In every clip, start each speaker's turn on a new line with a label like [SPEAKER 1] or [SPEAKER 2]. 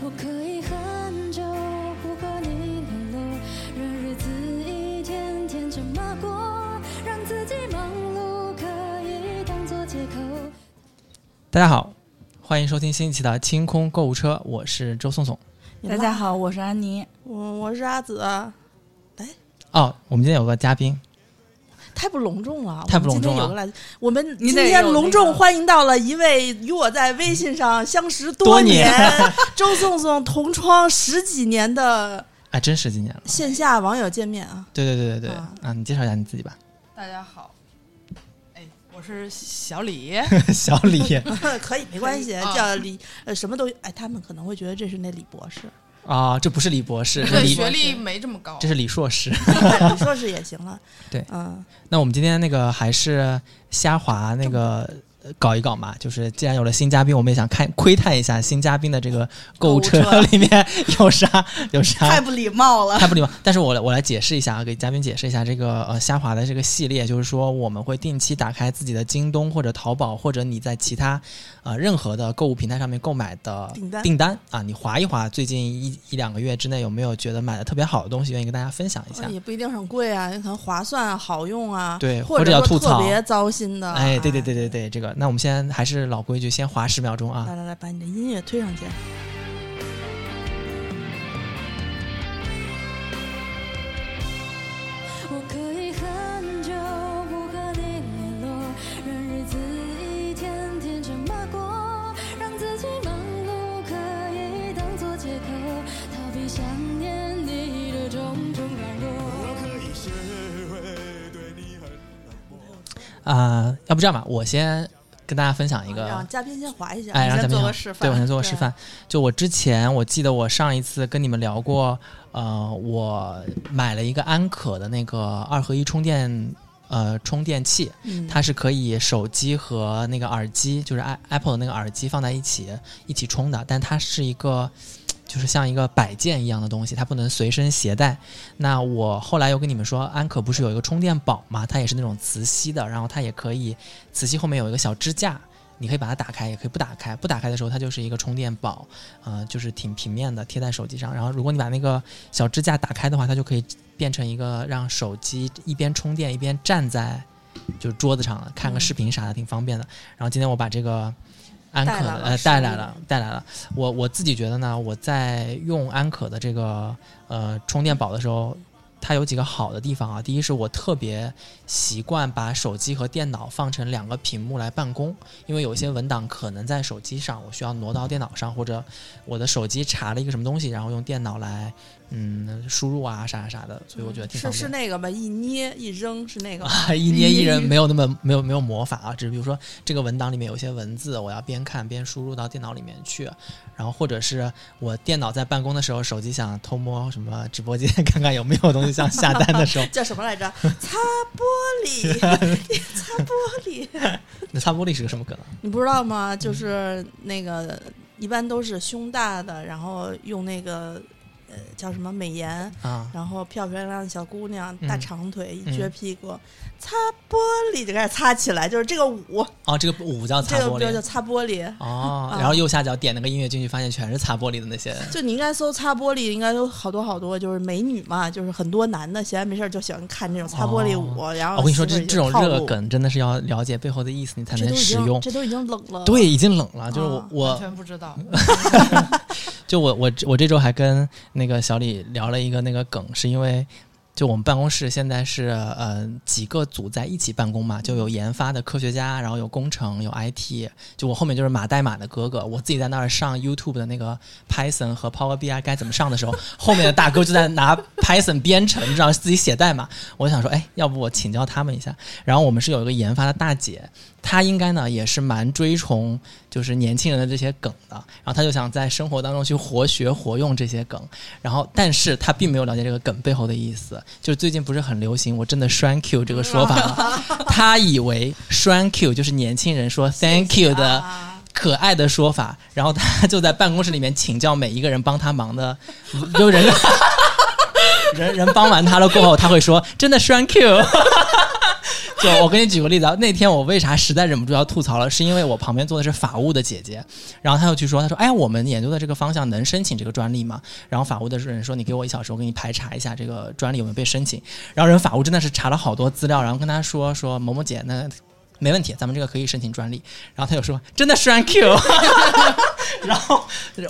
[SPEAKER 1] 我可以很久不和你联络，让日子一天天这么过，让自己忙碌可以当做借口。
[SPEAKER 2] 大家好，欢迎收听新一期的清空购物车，我是周颂颂。
[SPEAKER 3] 大家好，我是安妮。
[SPEAKER 4] 我我是阿紫，
[SPEAKER 2] 哦，我们今天有个嘉宾，
[SPEAKER 4] 太不隆重了，
[SPEAKER 2] 太不隆重了
[SPEAKER 4] 我们今天有个来我们
[SPEAKER 3] 你
[SPEAKER 4] 今
[SPEAKER 3] 得
[SPEAKER 4] 天
[SPEAKER 3] 有那
[SPEAKER 4] 隆重
[SPEAKER 3] 个
[SPEAKER 4] 欢迎到了一位与我在微信上相识
[SPEAKER 2] 多
[SPEAKER 4] 年
[SPEAKER 2] 年、
[SPEAKER 4] 周颂颂同窗十几年的
[SPEAKER 2] 哎，真十几年了。
[SPEAKER 4] 线下网友见面啊。
[SPEAKER 2] 对对对对对，
[SPEAKER 4] 啊
[SPEAKER 2] 啊，你介绍一下你自己吧，
[SPEAKER 3] 大家好，哎，我是小李。
[SPEAKER 2] 小 李
[SPEAKER 4] 可以，没关系，
[SPEAKER 3] 啊
[SPEAKER 4] 叫李呃什么都哎，他们可能会觉得这是那李博 士，
[SPEAKER 2] 啊，这不是李博士，这
[SPEAKER 3] 对，
[SPEAKER 2] 李
[SPEAKER 3] 学历没这么高
[SPEAKER 2] 这。是李硕士。
[SPEAKER 4] 哎你说是也行了。
[SPEAKER 2] 对
[SPEAKER 4] 嗯，
[SPEAKER 2] 那我们今天那个还是瞎滑那个
[SPEAKER 4] 嗯
[SPEAKER 2] 呃搞一搞嘛，就是既然有了新嘉宾，我们也想看窥探一下新嘉宾的这个购物车
[SPEAKER 4] 购物车
[SPEAKER 2] 里面有啥有啥。
[SPEAKER 3] 不礼貌了，
[SPEAKER 2] 太不礼貌，但是我来我来解释一下啊，给嘉宾解释一下这个呃虾滑的这个系列，就是说我们会定期打开自己的京东或者淘宝，或者你在其他呃任何的购物平台上面购买的
[SPEAKER 4] 订单
[SPEAKER 2] 订单啊，你划一划，最近一一两个月之内有没有觉得买的特别好的东西，愿意跟大家分享一下？
[SPEAKER 4] 呃也不一定很贵啊，可能划算啊、好用啊，
[SPEAKER 2] 对
[SPEAKER 4] 或
[SPEAKER 2] 或者要吐
[SPEAKER 4] 说
[SPEAKER 2] 槽
[SPEAKER 4] 特别糟心的。啊
[SPEAKER 2] 哎，对对对对对，这个，那我们现在还是老规矩，先划十秒钟啊。
[SPEAKER 4] 来来来，把你的音乐推上去。
[SPEAKER 1] 我可以很久不和你联络，让日子一天天这么过，让自己忙碌可以当做借口，逃避想念你的种种软弱。
[SPEAKER 2] 啊、要不这样吧，我先跟大家分享一个
[SPEAKER 4] 让，嘉宾先划一下。
[SPEAKER 2] 哎，让
[SPEAKER 3] 你
[SPEAKER 2] 咱们
[SPEAKER 3] 先做
[SPEAKER 2] 想
[SPEAKER 3] 个示范
[SPEAKER 2] 对我先做个示
[SPEAKER 4] 对
[SPEAKER 2] 范。就我之前，我记得我上一次跟你们聊过，呃，我买了一个安可的那个二合一充电。呃，充电器
[SPEAKER 4] 嗯
[SPEAKER 2] 它是可以手机和那个耳机，就是 i Apple 的那个耳机放在一起一起充的，但它是一个就是像一个摆件一样的东西，它不能随身携带。那我后来又跟你们说，安可不是有一个充电宝嘛，它也是那种磁吸的，然后它也可以，磁吸后面有一个小支架，你可以把它打开，也可以不打开。不打开的时候，它就是一个充电宝，呃，就是挺平面的，贴在手机上。然后如果你把那个小支架打开的话，它就可以变成一个让手机一边充电一边站在就是桌子上了，看
[SPEAKER 4] 嗯
[SPEAKER 2] 个视频啥的，挺方便的。然后今天我把这个。安可
[SPEAKER 4] 带来
[SPEAKER 2] 的
[SPEAKER 4] 了
[SPEAKER 2] 呃带来
[SPEAKER 4] 是
[SPEAKER 2] 了带来了，我我自己觉得呢，我在用安可的这个呃充电宝的时候，它有几个好的地方啊。第一是我特别习惯把手机和电脑放成两个屏幕来办公，因为有一些文档可能在手机上，我需要挪到电脑上，或者我的手机查了一个什么东西，然后用电脑来嗯输入啊啥啥的，所以我觉得挺
[SPEAKER 4] 是
[SPEAKER 2] 方
[SPEAKER 4] 是
[SPEAKER 2] 便。
[SPEAKER 4] 那个吧，一捏一扔是那 个吧。
[SPEAKER 2] 啊，一捏一人没有那么没有没有魔法啊，只是比如说这个文档里面有一些文字，我要边看边输入啊到电脑里面去，然后或者是我电脑在办公的时候，手机想偷摸什么直播间看看有没有东西想下单的时候，
[SPEAKER 4] 叫什么来 着？擦玻璃，擦玻璃，
[SPEAKER 2] 那擦玻璃是个什么梗啊？
[SPEAKER 4] 你不知道吗？就是那个一般都是胸大的，然后用那个呃叫什么美颜，
[SPEAKER 2] 啊，
[SPEAKER 4] 然后漂漂亮亮的小姑娘，
[SPEAKER 2] 嗯
[SPEAKER 4] 大长腿，一
[SPEAKER 2] 嗯
[SPEAKER 4] 撅屁股，擦玻璃就开始擦起来，就是这个舞，
[SPEAKER 2] 哦，这个舞叫擦
[SPEAKER 4] 这个
[SPEAKER 2] 玻
[SPEAKER 4] 不就叫
[SPEAKER 2] 璃。
[SPEAKER 4] 擦玻璃。
[SPEAKER 2] 哦，
[SPEAKER 4] 啊
[SPEAKER 2] 然后右下角点那个音乐进去，发现全是擦玻璃的那些。
[SPEAKER 4] 就你应该搜擦玻璃，应该有好多好多，就是美女嘛，就是很多男的闲着没事儿就喜欢看这种擦玻璃舞，然后
[SPEAKER 2] 哦我跟你说，这
[SPEAKER 4] 媳妇儿
[SPEAKER 2] 这种
[SPEAKER 4] 就套
[SPEAKER 2] 热
[SPEAKER 4] 路
[SPEAKER 2] 梗真的是要了解背后的意思，你才
[SPEAKER 4] 这
[SPEAKER 2] 能
[SPEAKER 4] 都已
[SPEAKER 2] 使
[SPEAKER 4] 经
[SPEAKER 2] 用。
[SPEAKER 4] 这都已经冷了。
[SPEAKER 2] 对，，已经冷了，就是我
[SPEAKER 4] 啊
[SPEAKER 2] 我
[SPEAKER 3] 完全不知道。
[SPEAKER 2] 就我我我这周还跟那个小李聊了一个那个梗，是因为就我们办公室现在是呃几个组在一起办公嘛，就有研发的科学家，然后有工程，有 IT，就我后面就是码代码的哥哥，我自己在那儿上 YouTube 的那个 Python 和 Power BI 该怎么上的时候，后面的大哥就在拿 Python 编程，你知道自己写代码，我就想说，哎，要不我请教他们一下。然后我们是有一个研发的大姐，她应该呢也是蛮追崇就是年轻人的这些梗的，然后她就想在生活当中去活学活用这些梗，然后但是她并没有了解这个梗背后的意思。就是最近不是很流行“我真的栓 Q” 这个说法吗？她以为栓 Q 就是年轻人说 “thank you” 的
[SPEAKER 3] 啊
[SPEAKER 2] 可爱的说法，然后他就在办公室里面请教每一个人帮他忙的，就人 人人帮完他了过后，他会说真的 thank you。就我给你举个例子啊，那天我为啥实在忍不住要吐槽了，是因为我旁边坐的是法务的姐姐，然后她又去说，她说，哎呀，我们研究的这个方向能申请这个专利吗？然后法务的人说，你给我一小时，我给你排查一下这个专利有没有被申请。然后人法务真的是查了好多资料，然后跟她说说某某姐，那没问题，咱们这个可以申请专利。然后她又说，真的栓 Q。然后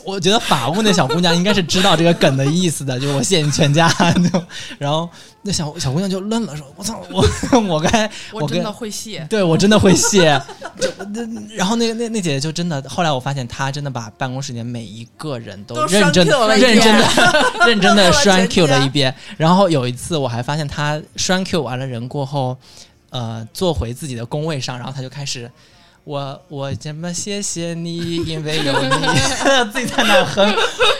[SPEAKER 2] 我觉得法务那小姑娘应该是知道这个梗的意思的，就是我谢你全家。就然后那小小姑娘就愣了，说：“我操，我我该
[SPEAKER 3] 我
[SPEAKER 2] 跟
[SPEAKER 3] 真的 会谢，
[SPEAKER 2] 对我真的会谢。就那然后那那那姐姐就真的，后来我发现她真的把办公室里面每一个人都
[SPEAKER 4] 都
[SPEAKER 2] 认真
[SPEAKER 4] 栓 Q
[SPEAKER 2] 的、
[SPEAKER 4] 了一遍
[SPEAKER 2] 认真的、 认真的栓 Q
[SPEAKER 4] 全家
[SPEAKER 2] 了一遍。然后有一次我还发现她栓 Q 完了人过后，呃，坐回自己的工位上，然后她就开始。我我怎么谢谢你，因为有 你，自己在那哼。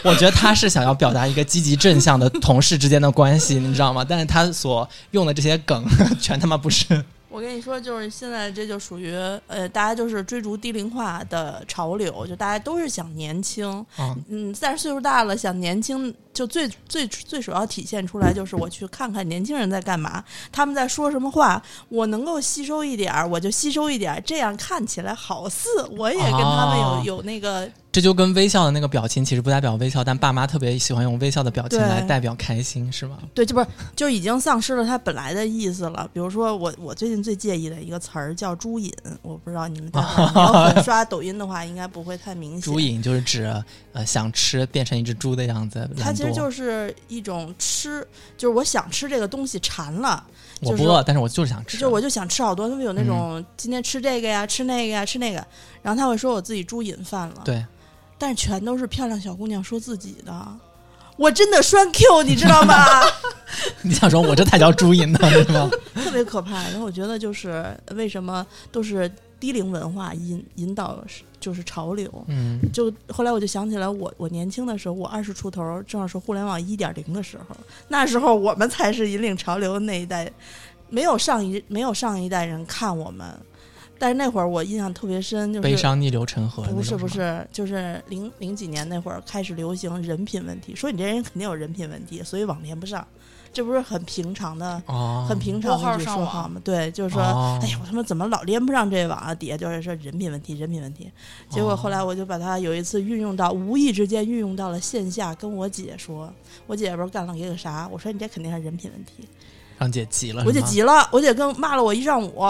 [SPEAKER 2] 我觉得她是想要表达一个积极正向的同事之间的关系，你知道吗？但是她所用的这些梗，全他妈不是。
[SPEAKER 4] 我跟你说，就是现在这就属于呃，大家就是追逐低龄化的潮流，就大家都是想年轻。
[SPEAKER 2] 嗯
[SPEAKER 4] 嗯，但是岁数大了想年轻，就最最最主要体现出来就是我去看看年轻人在干嘛，他们在说什么话，我能够吸收一点儿，我就吸收一点儿，这样看起来好似我也跟他们有、
[SPEAKER 2] 哦
[SPEAKER 4] 有那个
[SPEAKER 2] 这就跟微笑的那个表情其实不代表微笑，但爸妈特别喜欢用微笑的表情
[SPEAKER 4] 对
[SPEAKER 2] 来代表开心，是吗？
[SPEAKER 4] 对，就不是就已经丧失了它本来的意思了。比如说我，我最近最介意的一个词儿叫“猪瘾”，我不知道你们在哪儿你 要粉刷抖音的话，应该不会太明
[SPEAKER 2] 猪
[SPEAKER 4] 显。
[SPEAKER 2] 瘾就是指呃想吃变成一只猪的样子，
[SPEAKER 4] 它
[SPEAKER 2] 懒
[SPEAKER 4] 其实
[SPEAKER 2] 惰。
[SPEAKER 4] 就是一种吃，就是我想吃这个东西馋了，
[SPEAKER 2] 我
[SPEAKER 4] 就是
[SPEAKER 2] 不饿，但是我就是想吃。嗯
[SPEAKER 4] 就我就想吃好多。他们有那种今天吃这个呀，吃那个呀，吃那个，然后他会说我自己猪瘾犯了，
[SPEAKER 2] 对，
[SPEAKER 4] 但是全都是漂亮小姑娘说自己的。我真的栓 Q，你知道吗？
[SPEAKER 2] 你想说我这才叫猪瘾呢，对吗？
[SPEAKER 4] 特别可怕。然后我觉得就是为什么都是低龄文化引引导是就是潮流。
[SPEAKER 2] 嗯，
[SPEAKER 4] 就后来我就想起来我，我年轻的时候，我二十出头，正好是互联网一点零的时候，那时候我们才是引领潮流的那一代，没有上一没有上一代人看我们，但是那会儿我印象特别深，就是
[SPEAKER 2] 悲伤逆流成河。
[SPEAKER 4] 不是不，是，就是零零几年那会儿开始流行人品问题，说你这人肯定有人品问题，所以网恋不上，这不是很平常的
[SPEAKER 2] 哦，
[SPEAKER 4] 很平常
[SPEAKER 3] 拨
[SPEAKER 4] 的
[SPEAKER 3] 号
[SPEAKER 4] 一句
[SPEAKER 3] 上
[SPEAKER 4] 说
[SPEAKER 3] 网
[SPEAKER 4] 话吗？对，就是说，
[SPEAKER 2] 哦
[SPEAKER 4] 哎呀，我他妈怎么老连不上这网啊？底下就是说人品问题，人品问题。结果后来
[SPEAKER 2] 哦
[SPEAKER 4] 我就把它有一次运用到，无意之间运用到了线下，跟我姐说，我姐不是干了一个啥？我说你这肯定是人品问题，
[SPEAKER 2] 让姐急了。
[SPEAKER 4] 我姐
[SPEAKER 2] 是吗，
[SPEAKER 4] 急了，我姐跟骂了我一上午。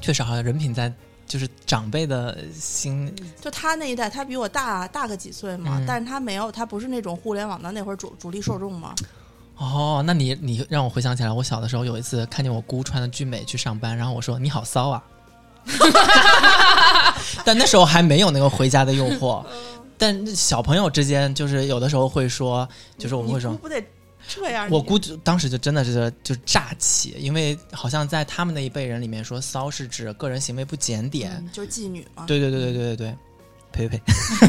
[SPEAKER 2] 确实好啊像人品在就是长辈的心，
[SPEAKER 4] 就她那一代，她比我大大个几岁嘛，
[SPEAKER 2] 嗯
[SPEAKER 4] 但是她没有，她不是那种互联网的那会儿主主力受众嘛。
[SPEAKER 2] 哦，那你你让我回想起来，我小的时候有一次看见我姑穿的巨美去上班，然后我说你好骚啊， 但那时候还没有那个回家的诱惑。
[SPEAKER 4] 嗯
[SPEAKER 2] 但小朋友之间就是有的时候会说，就是我们
[SPEAKER 4] 你
[SPEAKER 2] 会
[SPEAKER 4] 姑
[SPEAKER 2] 说，
[SPEAKER 4] 不得这样？
[SPEAKER 2] 我
[SPEAKER 4] 你
[SPEAKER 2] 估计当时就真的是就炸起，因为好像在他们那一辈人里面说骚是指个人行为不检点，
[SPEAKER 4] 嗯就是妓女嘛。
[SPEAKER 2] 对对对对对对对，呸呸 呸。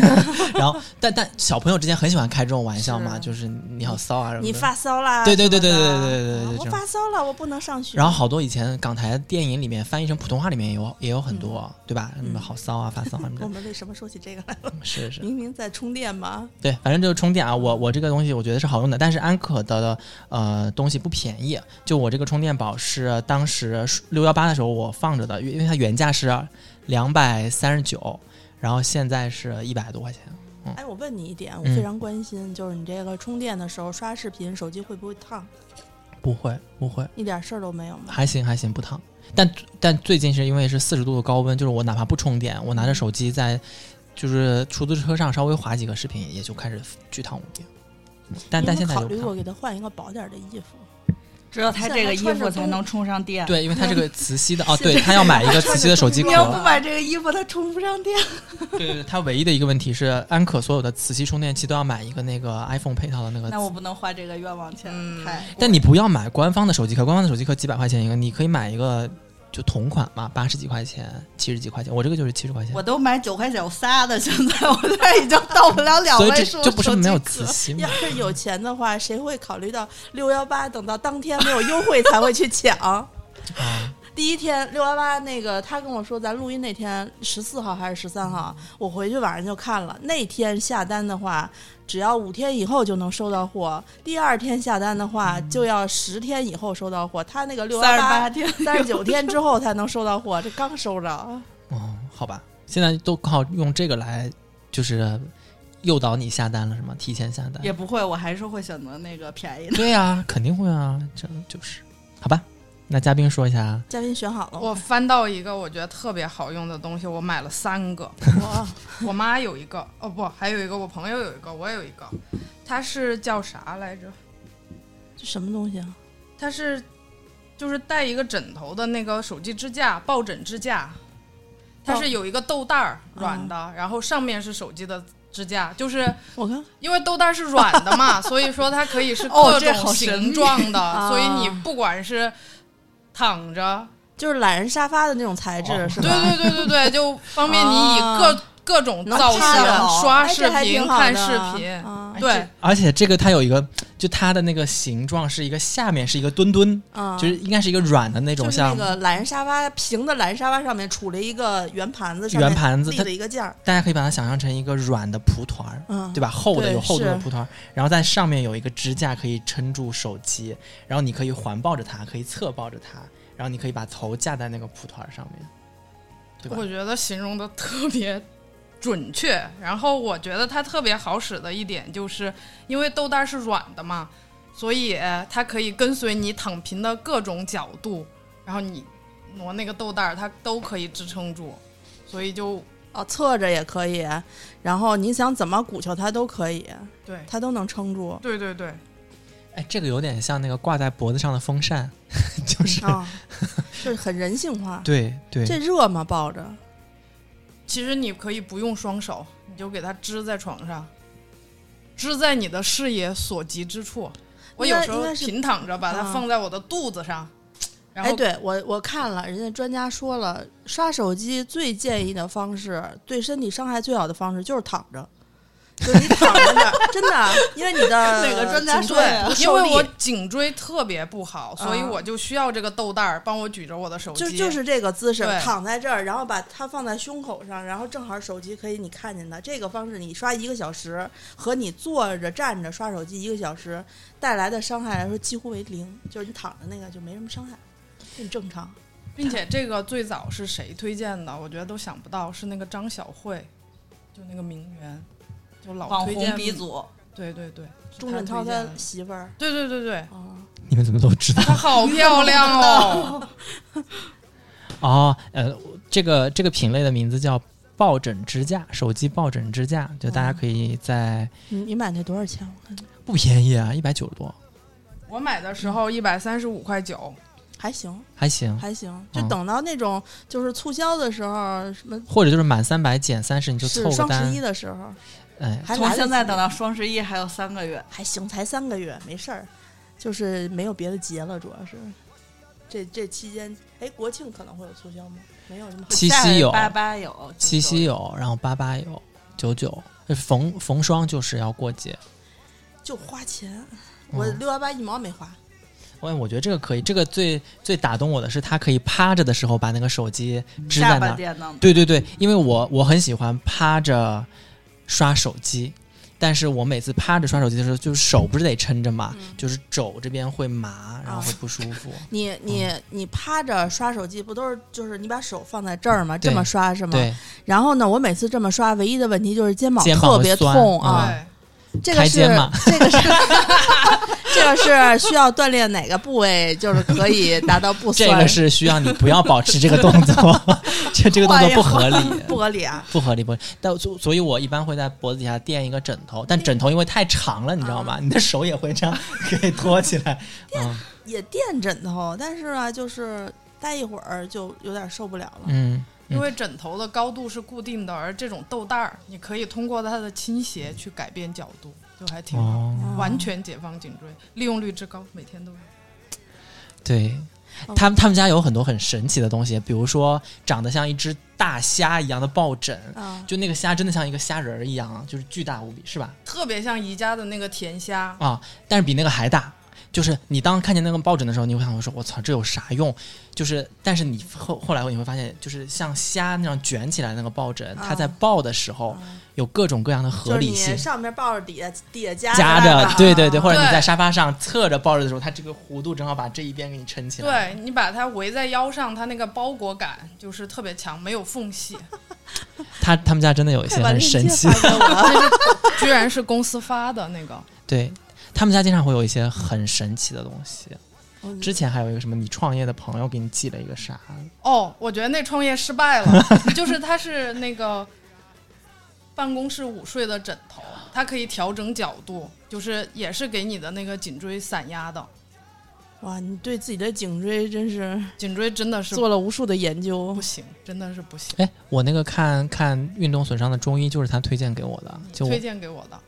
[SPEAKER 2] 然后但但小朋友之间很喜欢开这种玩笑嘛，
[SPEAKER 3] 是
[SPEAKER 2] 就是你好骚啊什么的。
[SPEAKER 4] 你发骚啦！
[SPEAKER 2] 对对对
[SPEAKER 4] 什么
[SPEAKER 2] 对对
[SPEAKER 4] 的
[SPEAKER 2] 对对对对
[SPEAKER 4] 啊
[SPEAKER 2] 对
[SPEAKER 4] 我
[SPEAKER 2] 这种
[SPEAKER 4] 发骚了，我不能上学。
[SPEAKER 2] 然后好多以前港台电影里面翻译成普通话里面也有也有很多，对吧？什么
[SPEAKER 4] 嗯
[SPEAKER 2] 好骚啊、发骚啊 什么
[SPEAKER 4] 我
[SPEAKER 2] 的，
[SPEAKER 4] 们为什么说起 这个来？
[SPEAKER 2] 是是，
[SPEAKER 4] 明明在充电嘛。
[SPEAKER 2] 对，反正就是充电啊。我我这个东西我觉得是好用的，但是安可的呃东西不便宜。就我这个充电宝是当时六幺八的时候我放着的，因为因为它原价是两百三十九，然后现在是一百多块钱。
[SPEAKER 4] 哎，我问你一点，我
[SPEAKER 2] 嗯
[SPEAKER 4] 非常关心，就是你这个充电的时候刷视频，手机会不会烫？
[SPEAKER 2] 不会不会，
[SPEAKER 4] 一点事儿都没有吗？
[SPEAKER 2] 还行还行，不烫。但但最近是因为是四十度的高温，就是我哪怕不充电，我拿着手机在就是出租车上稍微划几个视频，也就开始巨烫无比。但
[SPEAKER 4] 你
[SPEAKER 2] 啊但
[SPEAKER 4] 有没有
[SPEAKER 2] 现在
[SPEAKER 4] 考
[SPEAKER 2] 就
[SPEAKER 4] 虑
[SPEAKER 2] 不
[SPEAKER 4] 过
[SPEAKER 2] 烫
[SPEAKER 4] 给他换一个薄点儿的衣服，
[SPEAKER 3] 只有他这个衣服才能充上电。
[SPEAKER 2] 对，因为它这个磁吸 的哦，对他要买一个磁吸的手机
[SPEAKER 4] 你要不
[SPEAKER 2] 壳。
[SPEAKER 4] 买这个衣服，它充不上电。
[SPEAKER 2] 对对对，它唯一的一个问题是，安可所有的磁吸充电器都要买一个那个 iPhone 配套的那个。
[SPEAKER 3] 那我不能花这个冤枉钱，
[SPEAKER 4] 嗯
[SPEAKER 3] 太。
[SPEAKER 2] 但你不要买官方的手机壳，官方的手机壳几百块钱一个，你可以买一个就同款嘛，八十几块钱、七十几块钱，我这个就是七十块钱
[SPEAKER 3] 我。都买九块九仨的， 现在我现在已经到不了两
[SPEAKER 2] 所以
[SPEAKER 3] 位数
[SPEAKER 2] 这，这不是没有磁
[SPEAKER 3] 磁
[SPEAKER 2] 吸
[SPEAKER 4] 要
[SPEAKER 2] 吗？
[SPEAKER 4] 是有钱的话，谁会考虑到六幺八等到当天没有优惠才会去抢？
[SPEAKER 2] 啊，
[SPEAKER 4] 第一天六幺八那个，他跟我说咱录音那天十四号还是十三号，我回去晚上就看了。那天下单的话，只要五天以后就能收到货；第二天下单的话，
[SPEAKER 2] 嗯
[SPEAKER 4] 就要十天以后收到货。他那个六幺
[SPEAKER 3] 三十
[SPEAKER 4] 八
[SPEAKER 3] 八天，
[SPEAKER 4] 三十九天之后才能收到货，这刚收着。
[SPEAKER 2] 哦，好吧，现在都靠用这个来就是诱导你下单了是吗？提前下单
[SPEAKER 3] 也？不会，我还是会选择那个便宜的。
[SPEAKER 2] 对呀、肯定会啊，这就是好吧。那嘉宾说一下，啊
[SPEAKER 4] 嘉宾选好了吗，
[SPEAKER 5] 我翻到一个我觉得特别好用的东西，我买了三个。
[SPEAKER 4] 我
[SPEAKER 5] 我妈有一个，哦不，还有一个我朋友有一个，我有一个，它是叫啥来着？
[SPEAKER 4] 这什么东西啊？
[SPEAKER 5] 它是就是带一个枕头的那个手机支架，抱枕支架，
[SPEAKER 3] 哦
[SPEAKER 5] 它是有一个豆袋儿软的，然后上面是手机的支架，就是
[SPEAKER 4] 我看
[SPEAKER 5] 因为豆袋儿是软的嘛， 所以说它可以是
[SPEAKER 3] 哦
[SPEAKER 5] 各
[SPEAKER 3] 这
[SPEAKER 5] 种
[SPEAKER 3] 好神秘
[SPEAKER 5] 形状的，
[SPEAKER 4] 啊
[SPEAKER 5] 所以你不管是躺着。
[SPEAKER 4] 就是懒人沙发的那种材质，
[SPEAKER 2] 哦
[SPEAKER 4] 是吧？
[SPEAKER 5] 对对对对对，就方便你以各、
[SPEAKER 4] 啊
[SPEAKER 5] 各种
[SPEAKER 4] 能
[SPEAKER 5] 造型
[SPEAKER 4] 看了
[SPEAKER 5] 刷
[SPEAKER 4] 哎
[SPEAKER 5] 视
[SPEAKER 4] 这还
[SPEAKER 5] 频、
[SPEAKER 4] 挺好
[SPEAKER 5] 看
[SPEAKER 4] 的
[SPEAKER 5] 视频。
[SPEAKER 4] 啊
[SPEAKER 5] 对，
[SPEAKER 2] 而且这个它有一个，就它的那个形状是一个下面是一个墩墩，
[SPEAKER 4] 啊，
[SPEAKER 2] 就是应该是一个软的那种
[SPEAKER 4] 就是
[SPEAKER 2] 像
[SPEAKER 4] 那个懒人沙发平的懒人沙发上面杵了一个圆盘子，上
[SPEAKER 2] 圆
[SPEAKER 4] 面
[SPEAKER 2] 盘子
[SPEAKER 4] 立
[SPEAKER 2] 它
[SPEAKER 4] 了一个架儿，
[SPEAKER 2] 大家可以把它想象成一个软的蒲团儿，
[SPEAKER 4] 嗯，
[SPEAKER 2] 对吧？厚的
[SPEAKER 4] 对
[SPEAKER 2] 有厚度的
[SPEAKER 4] 是
[SPEAKER 2] 蒲团儿，然后在上面有一个支架可以撑住手机，然后你可以环抱着它，可以侧抱着它，然后你可以把头架在那个蒲团儿上面，对吧
[SPEAKER 5] 我？觉得形容的特别准确。然后我觉得它特别好使的一点，就是因为豆袋是软的嘛，所以呃它可以跟随你躺平的各种角度，然后你挪那个豆袋儿，它都可以支撑住。所以就
[SPEAKER 4] 哦，侧着也可以，然后你想怎么鼓球它都可以，
[SPEAKER 5] 对
[SPEAKER 4] 它都能撑住。
[SPEAKER 5] 对对对，
[SPEAKER 2] 哎，这个有点像那个挂在脖子上的风扇，就是、
[SPEAKER 4] 啊， 就是很人性化。
[SPEAKER 2] 对对
[SPEAKER 4] 这热吗？抱着
[SPEAKER 5] 其实你可以不用双手，你就给它支在床上，支在你的视野所及之处。我有时
[SPEAKER 4] 应
[SPEAKER 5] 候
[SPEAKER 4] 该是
[SPEAKER 5] 平躺着把它
[SPEAKER 4] 啊
[SPEAKER 5] 放在我的肚子上，然
[SPEAKER 4] 哎，
[SPEAKER 5] 后
[SPEAKER 4] 对我我看了，人家专家说了，刷手机最建议的方式，对身体伤害最好的方式就是躺着，就是你躺在那儿，真的，因为你的
[SPEAKER 3] 哪个专家
[SPEAKER 4] 颈
[SPEAKER 3] 说
[SPEAKER 4] 椎
[SPEAKER 3] 呀
[SPEAKER 4] 不
[SPEAKER 5] 因
[SPEAKER 4] 受
[SPEAKER 5] 为
[SPEAKER 4] 力
[SPEAKER 5] 我颈椎特别不好，所以
[SPEAKER 4] 啊
[SPEAKER 5] 我就需要这个豆袋儿帮我举着我的手机。
[SPEAKER 4] 就就是这个姿势
[SPEAKER 5] 对，
[SPEAKER 4] 躺在这儿，然后把它放在胸口上，然后正好手机可以你看见它。这个方式你刷一个小时，和你坐着站着刷手机一个小时带来的伤害来说几乎为零，就是你躺着那个就没什么伤害，很正常。
[SPEAKER 5] 并且这个最早是谁推荐的？我觉得都想不到，是那个张晓慧，就那个名媛，就老
[SPEAKER 3] 网
[SPEAKER 5] 推
[SPEAKER 3] 红
[SPEAKER 5] 荐
[SPEAKER 3] 鼻。祖，
[SPEAKER 5] 对对对，是
[SPEAKER 4] 钟
[SPEAKER 5] 她
[SPEAKER 4] 镇涛
[SPEAKER 5] 推荐
[SPEAKER 4] 他
[SPEAKER 5] 的
[SPEAKER 4] 媳妇儿
[SPEAKER 5] 对对对对，
[SPEAKER 4] 啊，
[SPEAKER 2] 你们怎么都知道？
[SPEAKER 5] 她好漂亮 哦！
[SPEAKER 2] 哦，呃，这个这个品类的名字叫抱枕支架，手机抱枕支架，就大家
[SPEAKER 4] 哦
[SPEAKER 2] 可以在、
[SPEAKER 4] 你你买那多少钱？我看
[SPEAKER 2] 不便宜啊，一百九十多，
[SPEAKER 5] 我买的时候一百三十五块九，
[SPEAKER 4] 还行
[SPEAKER 2] 还行。
[SPEAKER 4] 还行，就
[SPEAKER 2] 嗯
[SPEAKER 4] 等到那种就是促销的时候，什么
[SPEAKER 2] 或者就是满三百减三十，你就是凑个
[SPEAKER 4] 双十
[SPEAKER 2] 单
[SPEAKER 4] 一。的时候，
[SPEAKER 2] 哎，
[SPEAKER 4] 还
[SPEAKER 3] 从
[SPEAKER 4] 来得
[SPEAKER 3] 现在
[SPEAKER 4] 及
[SPEAKER 3] 等到双十一还有三个月，
[SPEAKER 4] 还行，才三个月，没事儿，就是没有别的节了，主要是这这期间，哎，国庆可能会有促销吗？没有什么。
[SPEAKER 2] 七夕有，
[SPEAKER 3] 八八有，
[SPEAKER 2] 七夕有，然后八八有，九九，就是逢逢双就是要过节。
[SPEAKER 4] 就花钱，
[SPEAKER 2] 嗯
[SPEAKER 4] 我六幺八一毛没花，
[SPEAKER 2] 我我觉得这个可以，这个最最打动我的是，他可以趴着的时候把那个手机支
[SPEAKER 3] 下
[SPEAKER 2] 在那
[SPEAKER 3] 巴
[SPEAKER 2] 儿。
[SPEAKER 3] 电脑。
[SPEAKER 2] 对对对，因为我我很喜欢趴着刷手机，但是我每次趴着刷手机的时候，就是手不是得撑着嘛，
[SPEAKER 4] 嗯
[SPEAKER 2] 就是肘这边会麻，然后
[SPEAKER 4] 哦
[SPEAKER 2] 会不舒服。
[SPEAKER 4] 你你
[SPEAKER 2] 哦
[SPEAKER 4] 你趴着刷手机，不都是就是你把手放在这儿吗？
[SPEAKER 2] 对
[SPEAKER 4] 这么刷是吗？
[SPEAKER 2] 对，
[SPEAKER 4] 然后呢，我每次这么刷，唯一的问题就是肩膀
[SPEAKER 2] 肩膀
[SPEAKER 4] 特别
[SPEAKER 2] 会酸嗯
[SPEAKER 4] 痛
[SPEAKER 5] 对、
[SPEAKER 4] 啊。这个
[SPEAKER 2] 抬
[SPEAKER 4] 是
[SPEAKER 2] 肩嘛
[SPEAKER 4] 这个是这个是需要锻炼哪个部位，就是可以达到不
[SPEAKER 2] 这
[SPEAKER 4] 酸。
[SPEAKER 2] 个是需要你不要保持这个动作， 这这个动作不合理。
[SPEAKER 4] 不合理啊。
[SPEAKER 2] 不合理，不合理。但所所以，我一般会在脖子底下垫一个 枕头，但枕头因为太长了，你知道吗？你的手也会这样给拖起来。嗯，
[SPEAKER 4] 也垫枕头，但是啊，就是待一会儿就有点受不了了。
[SPEAKER 2] 嗯，
[SPEAKER 5] 因为枕头的高度是固定的，而这种豆袋儿，你可以通过它的倾斜去改变角度，就还挺好，
[SPEAKER 2] 哦，
[SPEAKER 4] 啊
[SPEAKER 5] 完全解放颈椎，利用率之高，每天都有。
[SPEAKER 2] 对
[SPEAKER 4] 哦
[SPEAKER 2] 他们他们家有很多很神奇的东西，比如说长得像一只大虾一样的抱枕，
[SPEAKER 4] 啊，
[SPEAKER 2] 就那个虾真的像一个虾仁儿一样，就是巨大无比，是吧？
[SPEAKER 5] 特别像宜家的那个甜虾，
[SPEAKER 2] 啊，但是比那个还大。就是你当看见那个抱枕的时候，你会想说：“我操，这有啥用？”就是，但是你后后来你会发现，就是像虾那样卷起来的那个抱枕，它
[SPEAKER 4] 啊
[SPEAKER 2] 在抱的时候有各种各样的
[SPEAKER 4] 嗯就
[SPEAKER 2] 合
[SPEAKER 4] 是
[SPEAKER 2] 理
[SPEAKER 4] 你
[SPEAKER 2] 性。
[SPEAKER 4] 上面抱着底下底下夹
[SPEAKER 2] 夹
[SPEAKER 4] 着啊
[SPEAKER 2] 着，对对对，或者你
[SPEAKER 5] 对
[SPEAKER 2] 在沙发上侧着抱着的时候，它这个弧度正好把这一边给你撑起来。
[SPEAKER 5] 对你把它围在腰上，它那个包裹感就是特别强，没有缝隙，
[SPEAKER 2] 他他们家真的有一些很神奇的，
[SPEAKER 4] 快把链接发给我
[SPEAKER 5] 居然是公司发的那个。
[SPEAKER 2] 对他们家经常会有一些很神奇的东西。
[SPEAKER 4] 我
[SPEAKER 2] 之前还有一个什么，你创业的朋友给你寄了一个啥？
[SPEAKER 5] 哦，我觉得那创业失败了，就是它是那个办公室午睡的枕头，它可以调整角度，就是也是给你的那个颈椎散压的，
[SPEAKER 4] 哇，你对自己的颈椎真是嗯
[SPEAKER 5] 颈椎真的是
[SPEAKER 4] 做了无数的研究
[SPEAKER 5] 不。行，真的是不行。
[SPEAKER 2] 哎，我那个看看运动损伤的中医就是他推荐给我的，就我
[SPEAKER 5] 推荐给我的，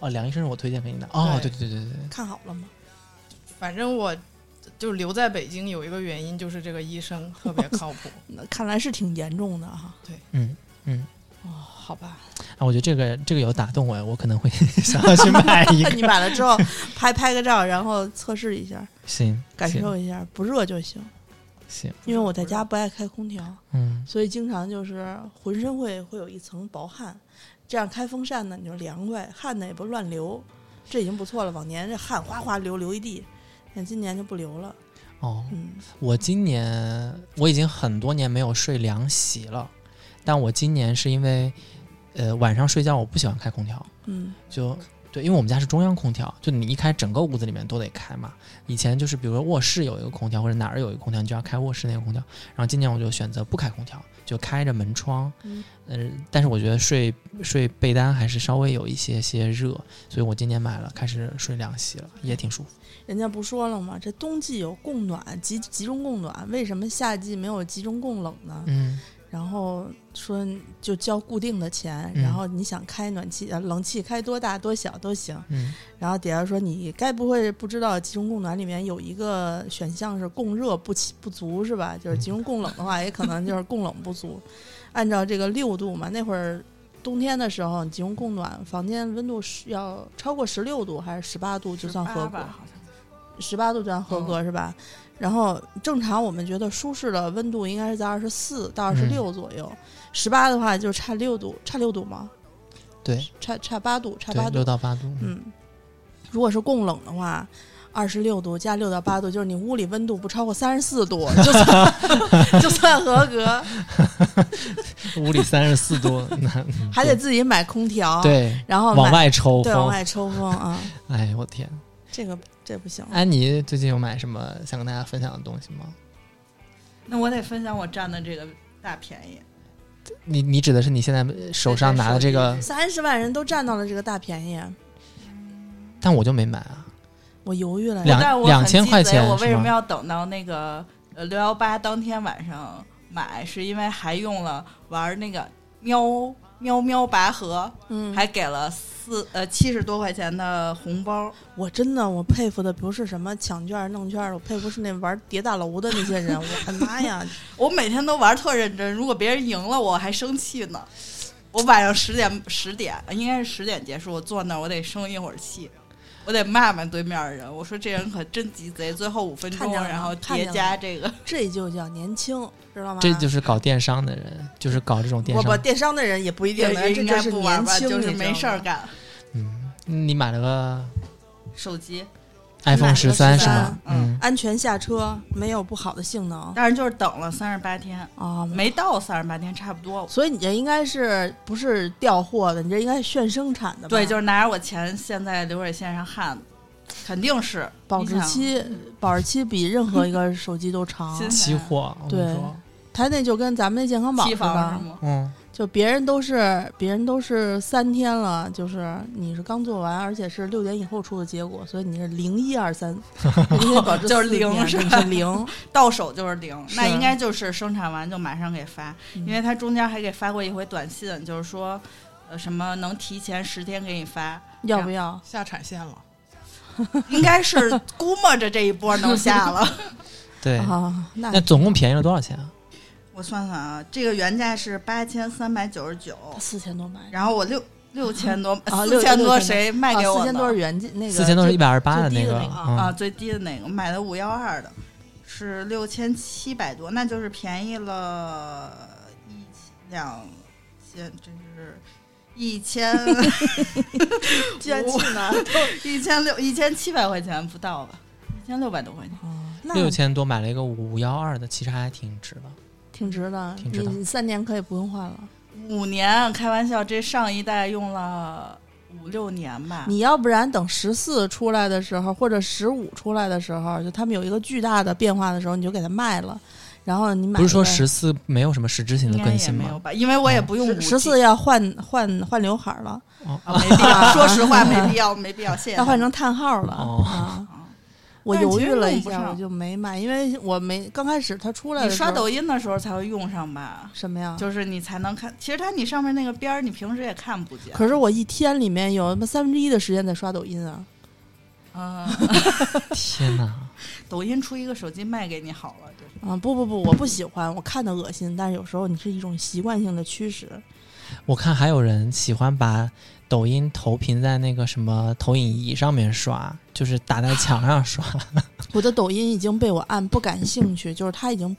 [SPEAKER 2] 哦，梁医生是我推荐给你的。哦，对
[SPEAKER 5] 对
[SPEAKER 2] 对对对对，
[SPEAKER 4] 看好了吗？
[SPEAKER 5] 反正我就留在北京有一个原因就是这个医生特别靠谱，
[SPEAKER 4] 那看来是挺严重的哈。
[SPEAKER 2] 嗯嗯，
[SPEAKER 4] 哦
[SPEAKER 5] 好吧？
[SPEAKER 2] 啊，我觉得这个这个有打动我，我可能会想要去买 一
[SPEAKER 4] 那
[SPEAKER 2] 个。
[SPEAKER 4] 你买了之后拍拍个照，然后测试一下，
[SPEAKER 2] 行，
[SPEAKER 4] 感
[SPEAKER 2] 行
[SPEAKER 4] 受一下，不热就行。
[SPEAKER 2] 行，
[SPEAKER 4] 因为我在家不爱开空调，
[SPEAKER 2] 嗯
[SPEAKER 4] 所以经常就是浑身会会有一层薄汗，这样开风扇呢，你就凉快，汗呢也不乱流，这已经不错了。往年这汗哗哗流流一地，但今年就不流了。
[SPEAKER 2] 哦，
[SPEAKER 4] 嗯，
[SPEAKER 2] 我今年我已经很多年没有睡凉席了，但我今年是因为，呃，晚上睡觉我不喜欢开空调，
[SPEAKER 4] 嗯，
[SPEAKER 2] 就对，因为我们家是中央空调，就你一开整个屋子里面都得开嘛。以前就是比如说卧室有一个空调或者哪儿有一个空调，你就要开卧室那个空调。然后今年我就选择不开空调，就开着门窗。
[SPEAKER 4] 嗯
[SPEAKER 2] 呃，但是我觉得睡睡被单还是稍微有一些些热，所以我今年买了开始睡凉席了，也挺舒服。
[SPEAKER 4] 人家不说了吗？这冬季有供暖，集集中供暖，为什么夏季没有集中供冷呢？
[SPEAKER 2] 嗯，
[SPEAKER 4] 然后说就交固定的钱，
[SPEAKER 2] 嗯
[SPEAKER 4] 然后你想开暖气、呃冷气开多大多小都行。
[SPEAKER 2] 嗯，
[SPEAKER 4] 然后底下说你该不会不知道集中供暖里面有一个选项是供热不起不足是吧？就是集中供冷的话，也可能就是供冷不足。按照这个六度嘛，那会儿冬天的时候，你集中供暖，房间温度是要超过十六度还是十八嗯度就算合
[SPEAKER 3] 18
[SPEAKER 4] 格？
[SPEAKER 3] 吧好像
[SPEAKER 4] 十八度这样合格、是吧？然后正常我们觉得舒适的温度应该是在二十四到二十六左右，十八、的话就差六度，差六度吗？
[SPEAKER 2] 对
[SPEAKER 4] 差差八度，差
[SPEAKER 2] 对
[SPEAKER 4] 八，
[SPEAKER 2] 六
[SPEAKER 4] 度。
[SPEAKER 2] 到八度。嗯
[SPEAKER 4] 嗯，如果是供冷的话，二十六度加六到八度，就是你屋里温度不超过三十 四度，就算就算 合格，
[SPEAKER 2] 屋里三十四 度，那
[SPEAKER 4] 还得自己买空调，，
[SPEAKER 2] 对
[SPEAKER 4] 然后
[SPEAKER 2] 往
[SPEAKER 4] 买
[SPEAKER 2] 外抽
[SPEAKER 4] 哦对往
[SPEAKER 2] 风。
[SPEAKER 4] 外嗯抽风 啊，
[SPEAKER 2] 哎呦我天！
[SPEAKER 4] 这个这不行。
[SPEAKER 2] 安妮最近有买什么想跟大家分享的东西吗？
[SPEAKER 3] 那我得分享我占的这个大便宜，
[SPEAKER 2] 你你指的是你现在手上拿的这个
[SPEAKER 3] 对对，
[SPEAKER 4] 三十万人都占到了这个大便宜，
[SPEAKER 2] 但我就没买啊。
[SPEAKER 4] 我犹豫了，
[SPEAKER 2] 两
[SPEAKER 3] 但我很
[SPEAKER 2] 2000
[SPEAKER 3] 鸡贼
[SPEAKER 2] 块钱
[SPEAKER 3] 我
[SPEAKER 2] 是
[SPEAKER 3] 为什么
[SPEAKER 2] 吗
[SPEAKER 3] 要等到那个呃六幺八当天晚上买？是因为还用了玩那个喵喵喵拔河，
[SPEAKER 4] 嗯，
[SPEAKER 3] 还给了四呃七十多块钱的红包。
[SPEAKER 4] 我真的我佩服的不是什么抢券儿弄券儿，我佩服是那玩叠大楼的那些 人。我的妈呀，
[SPEAKER 3] 我每天都玩特认真，如果别人赢了，我还生气呢。我晚上十点十点应该是十点结束，我坐那儿我得生一会儿气，我得骂骂对面的人。我说这人可真鸡贼，最后五分
[SPEAKER 4] 看
[SPEAKER 3] 钟
[SPEAKER 4] 见了
[SPEAKER 3] 然后
[SPEAKER 4] 看见
[SPEAKER 3] 叠加这个，
[SPEAKER 4] 这就叫年轻，知道吗？
[SPEAKER 2] 这就是搞电商的人，就是搞这种电
[SPEAKER 4] 不不
[SPEAKER 2] 商。
[SPEAKER 4] 电商的人也不一定能，这
[SPEAKER 3] 应
[SPEAKER 4] 就
[SPEAKER 3] 该
[SPEAKER 4] 是
[SPEAKER 3] 不玩
[SPEAKER 4] 年
[SPEAKER 3] 吧，
[SPEAKER 4] 轻，
[SPEAKER 3] 就是
[SPEAKER 4] 你知道
[SPEAKER 3] 没事儿
[SPEAKER 4] 吗。
[SPEAKER 3] 干。
[SPEAKER 2] 嗯，你买了个
[SPEAKER 3] 手机，
[SPEAKER 4] 买
[SPEAKER 2] iPhone
[SPEAKER 4] 了
[SPEAKER 2] 十
[SPEAKER 4] 个
[SPEAKER 2] 三
[SPEAKER 4] 13
[SPEAKER 2] 是吗？
[SPEAKER 3] 嗯
[SPEAKER 2] 嗯，
[SPEAKER 4] 安全下车没有不好的性能
[SPEAKER 3] 但是就是等了三十八天，
[SPEAKER 4] 啊，。
[SPEAKER 3] 没到三十八天差不多。
[SPEAKER 4] 所以你这应该是不是调货的？你这应该是炫生产的吧？
[SPEAKER 3] 对，就是拿着我钱现在流水线上焊，肯定是
[SPEAKER 4] 保质。期，保质期比任何一个 手机都长。
[SPEAKER 3] 新
[SPEAKER 2] 期货。我跟你
[SPEAKER 4] 对
[SPEAKER 2] 说
[SPEAKER 4] 它那就跟咱们那健康宝
[SPEAKER 3] 期
[SPEAKER 4] 似
[SPEAKER 3] 房是
[SPEAKER 4] 的，
[SPEAKER 3] 吗？
[SPEAKER 2] 嗯，
[SPEAKER 4] 就别人都是别人都是三天了，就是你是刚做完，而且是六点以后出的结果，所以你是零一二 三，你得保质
[SPEAKER 3] 就是
[SPEAKER 4] 四天
[SPEAKER 3] 零是
[SPEAKER 4] 你
[SPEAKER 3] 吧
[SPEAKER 4] 是 零，
[SPEAKER 3] 到手就是零，那
[SPEAKER 4] 是嗯
[SPEAKER 3] 应该就是生产完就马上给发，因为他中间还给发过一回短信，就是说，呃，什么能提前十天给你发，
[SPEAKER 4] 要不要？
[SPEAKER 5] 下产线了，
[SPEAKER 3] 应该是估摸着这一波能 下了。
[SPEAKER 2] 对，
[SPEAKER 4] 啊，那
[SPEAKER 2] 那总共便宜了多少钱啊？
[SPEAKER 3] 我算算啊，这个原价是八千三百九十九，
[SPEAKER 4] 四千多买，
[SPEAKER 3] 然后我六六千 多，
[SPEAKER 4] 啊六
[SPEAKER 3] 四千多
[SPEAKER 4] 六千多
[SPEAKER 3] 谁卖给我
[SPEAKER 4] 啊
[SPEAKER 3] 的？
[SPEAKER 4] 四千多是原价，那个
[SPEAKER 2] 四千多是
[SPEAKER 4] 就
[SPEAKER 2] 一百二十八
[SPEAKER 4] 最
[SPEAKER 2] 那
[SPEAKER 4] 低
[SPEAKER 2] 个，
[SPEAKER 4] 的那个
[SPEAKER 2] 嗯
[SPEAKER 3] 啊，最低的那个买的五幺二的，是六千七百多，那就是便宜了一千两千，真是 一千
[SPEAKER 4] 捐弃呢。
[SPEAKER 3] 一千六一千七百块钱不到吧，一千六百多块钱。
[SPEAKER 4] 哦那
[SPEAKER 2] 六千多买了一个五幺二的，其实还挺值的。
[SPEAKER 4] 挺值的，
[SPEAKER 2] 挺值的
[SPEAKER 4] 你你三年可以不用换了。
[SPEAKER 3] 五年，开玩笑，这上一代用了五六年吧。
[SPEAKER 4] 你要不然等十四出来的时候，或者十五出来的时候，就他们有一个巨大的变化的时候，你就给它卖了，然后你买
[SPEAKER 2] 不是说
[SPEAKER 4] 一个
[SPEAKER 2] 十四没有什么实质性的
[SPEAKER 3] 应该
[SPEAKER 2] 更
[SPEAKER 3] 也
[SPEAKER 2] 新
[SPEAKER 3] 没有
[SPEAKER 2] 吗？
[SPEAKER 3] 吧，因为我也不用五
[SPEAKER 4] 十十四要换换换刘海儿了，
[SPEAKER 2] 哦，
[SPEAKER 3] 啊，没必 要。说实话，没必要，没必要。谢谢他
[SPEAKER 4] 要
[SPEAKER 3] 们。
[SPEAKER 4] 换成叹号了、
[SPEAKER 2] 哦
[SPEAKER 4] 啊！
[SPEAKER 3] 啊
[SPEAKER 4] 我
[SPEAKER 3] 但是
[SPEAKER 4] 犹
[SPEAKER 3] 其
[SPEAKER 4] 豫
[SPEAKER 3] 实
[SPEAKER 4] 了一
[SPEAKER 3] 用不
[SPEAKER 4] 下，
[SPEAKER 3] 上
[SPEAKER 4] 我就没买，因为我没刚开始它出来
[SPEAKER 3] 你
[SPEAKER 4] 的时候
[SPEAKER 3] 刷抖音的时候才会用上吧？
[SPEAKER 4] 什么呀？
[SPEAKER 3] 就是你才能看。其实它你上面那个边儿，你平时也看不见。
[SPEAKER 4] 可是我一天里面有他妈三分之一的时间在刷抖音啊！
[SPEAKER 3] 嗯，
[SPEAKER 2] 天哪！
[SPEAKER 3] 抖音出一个手机卖给你好了，就是
[SPEAKER 4] 啊，不不不，我不喜欢，我看的恶心，但是有时候你是一种习惯性的驱使。
[SPEAKER 2] 我看还有人喜欢把抖音投屏在那个什么投影仪上面刷，就是打在墙上刷。
[SPEAKER 4] 我的抖音已经被我按不感兴趣，就是他已经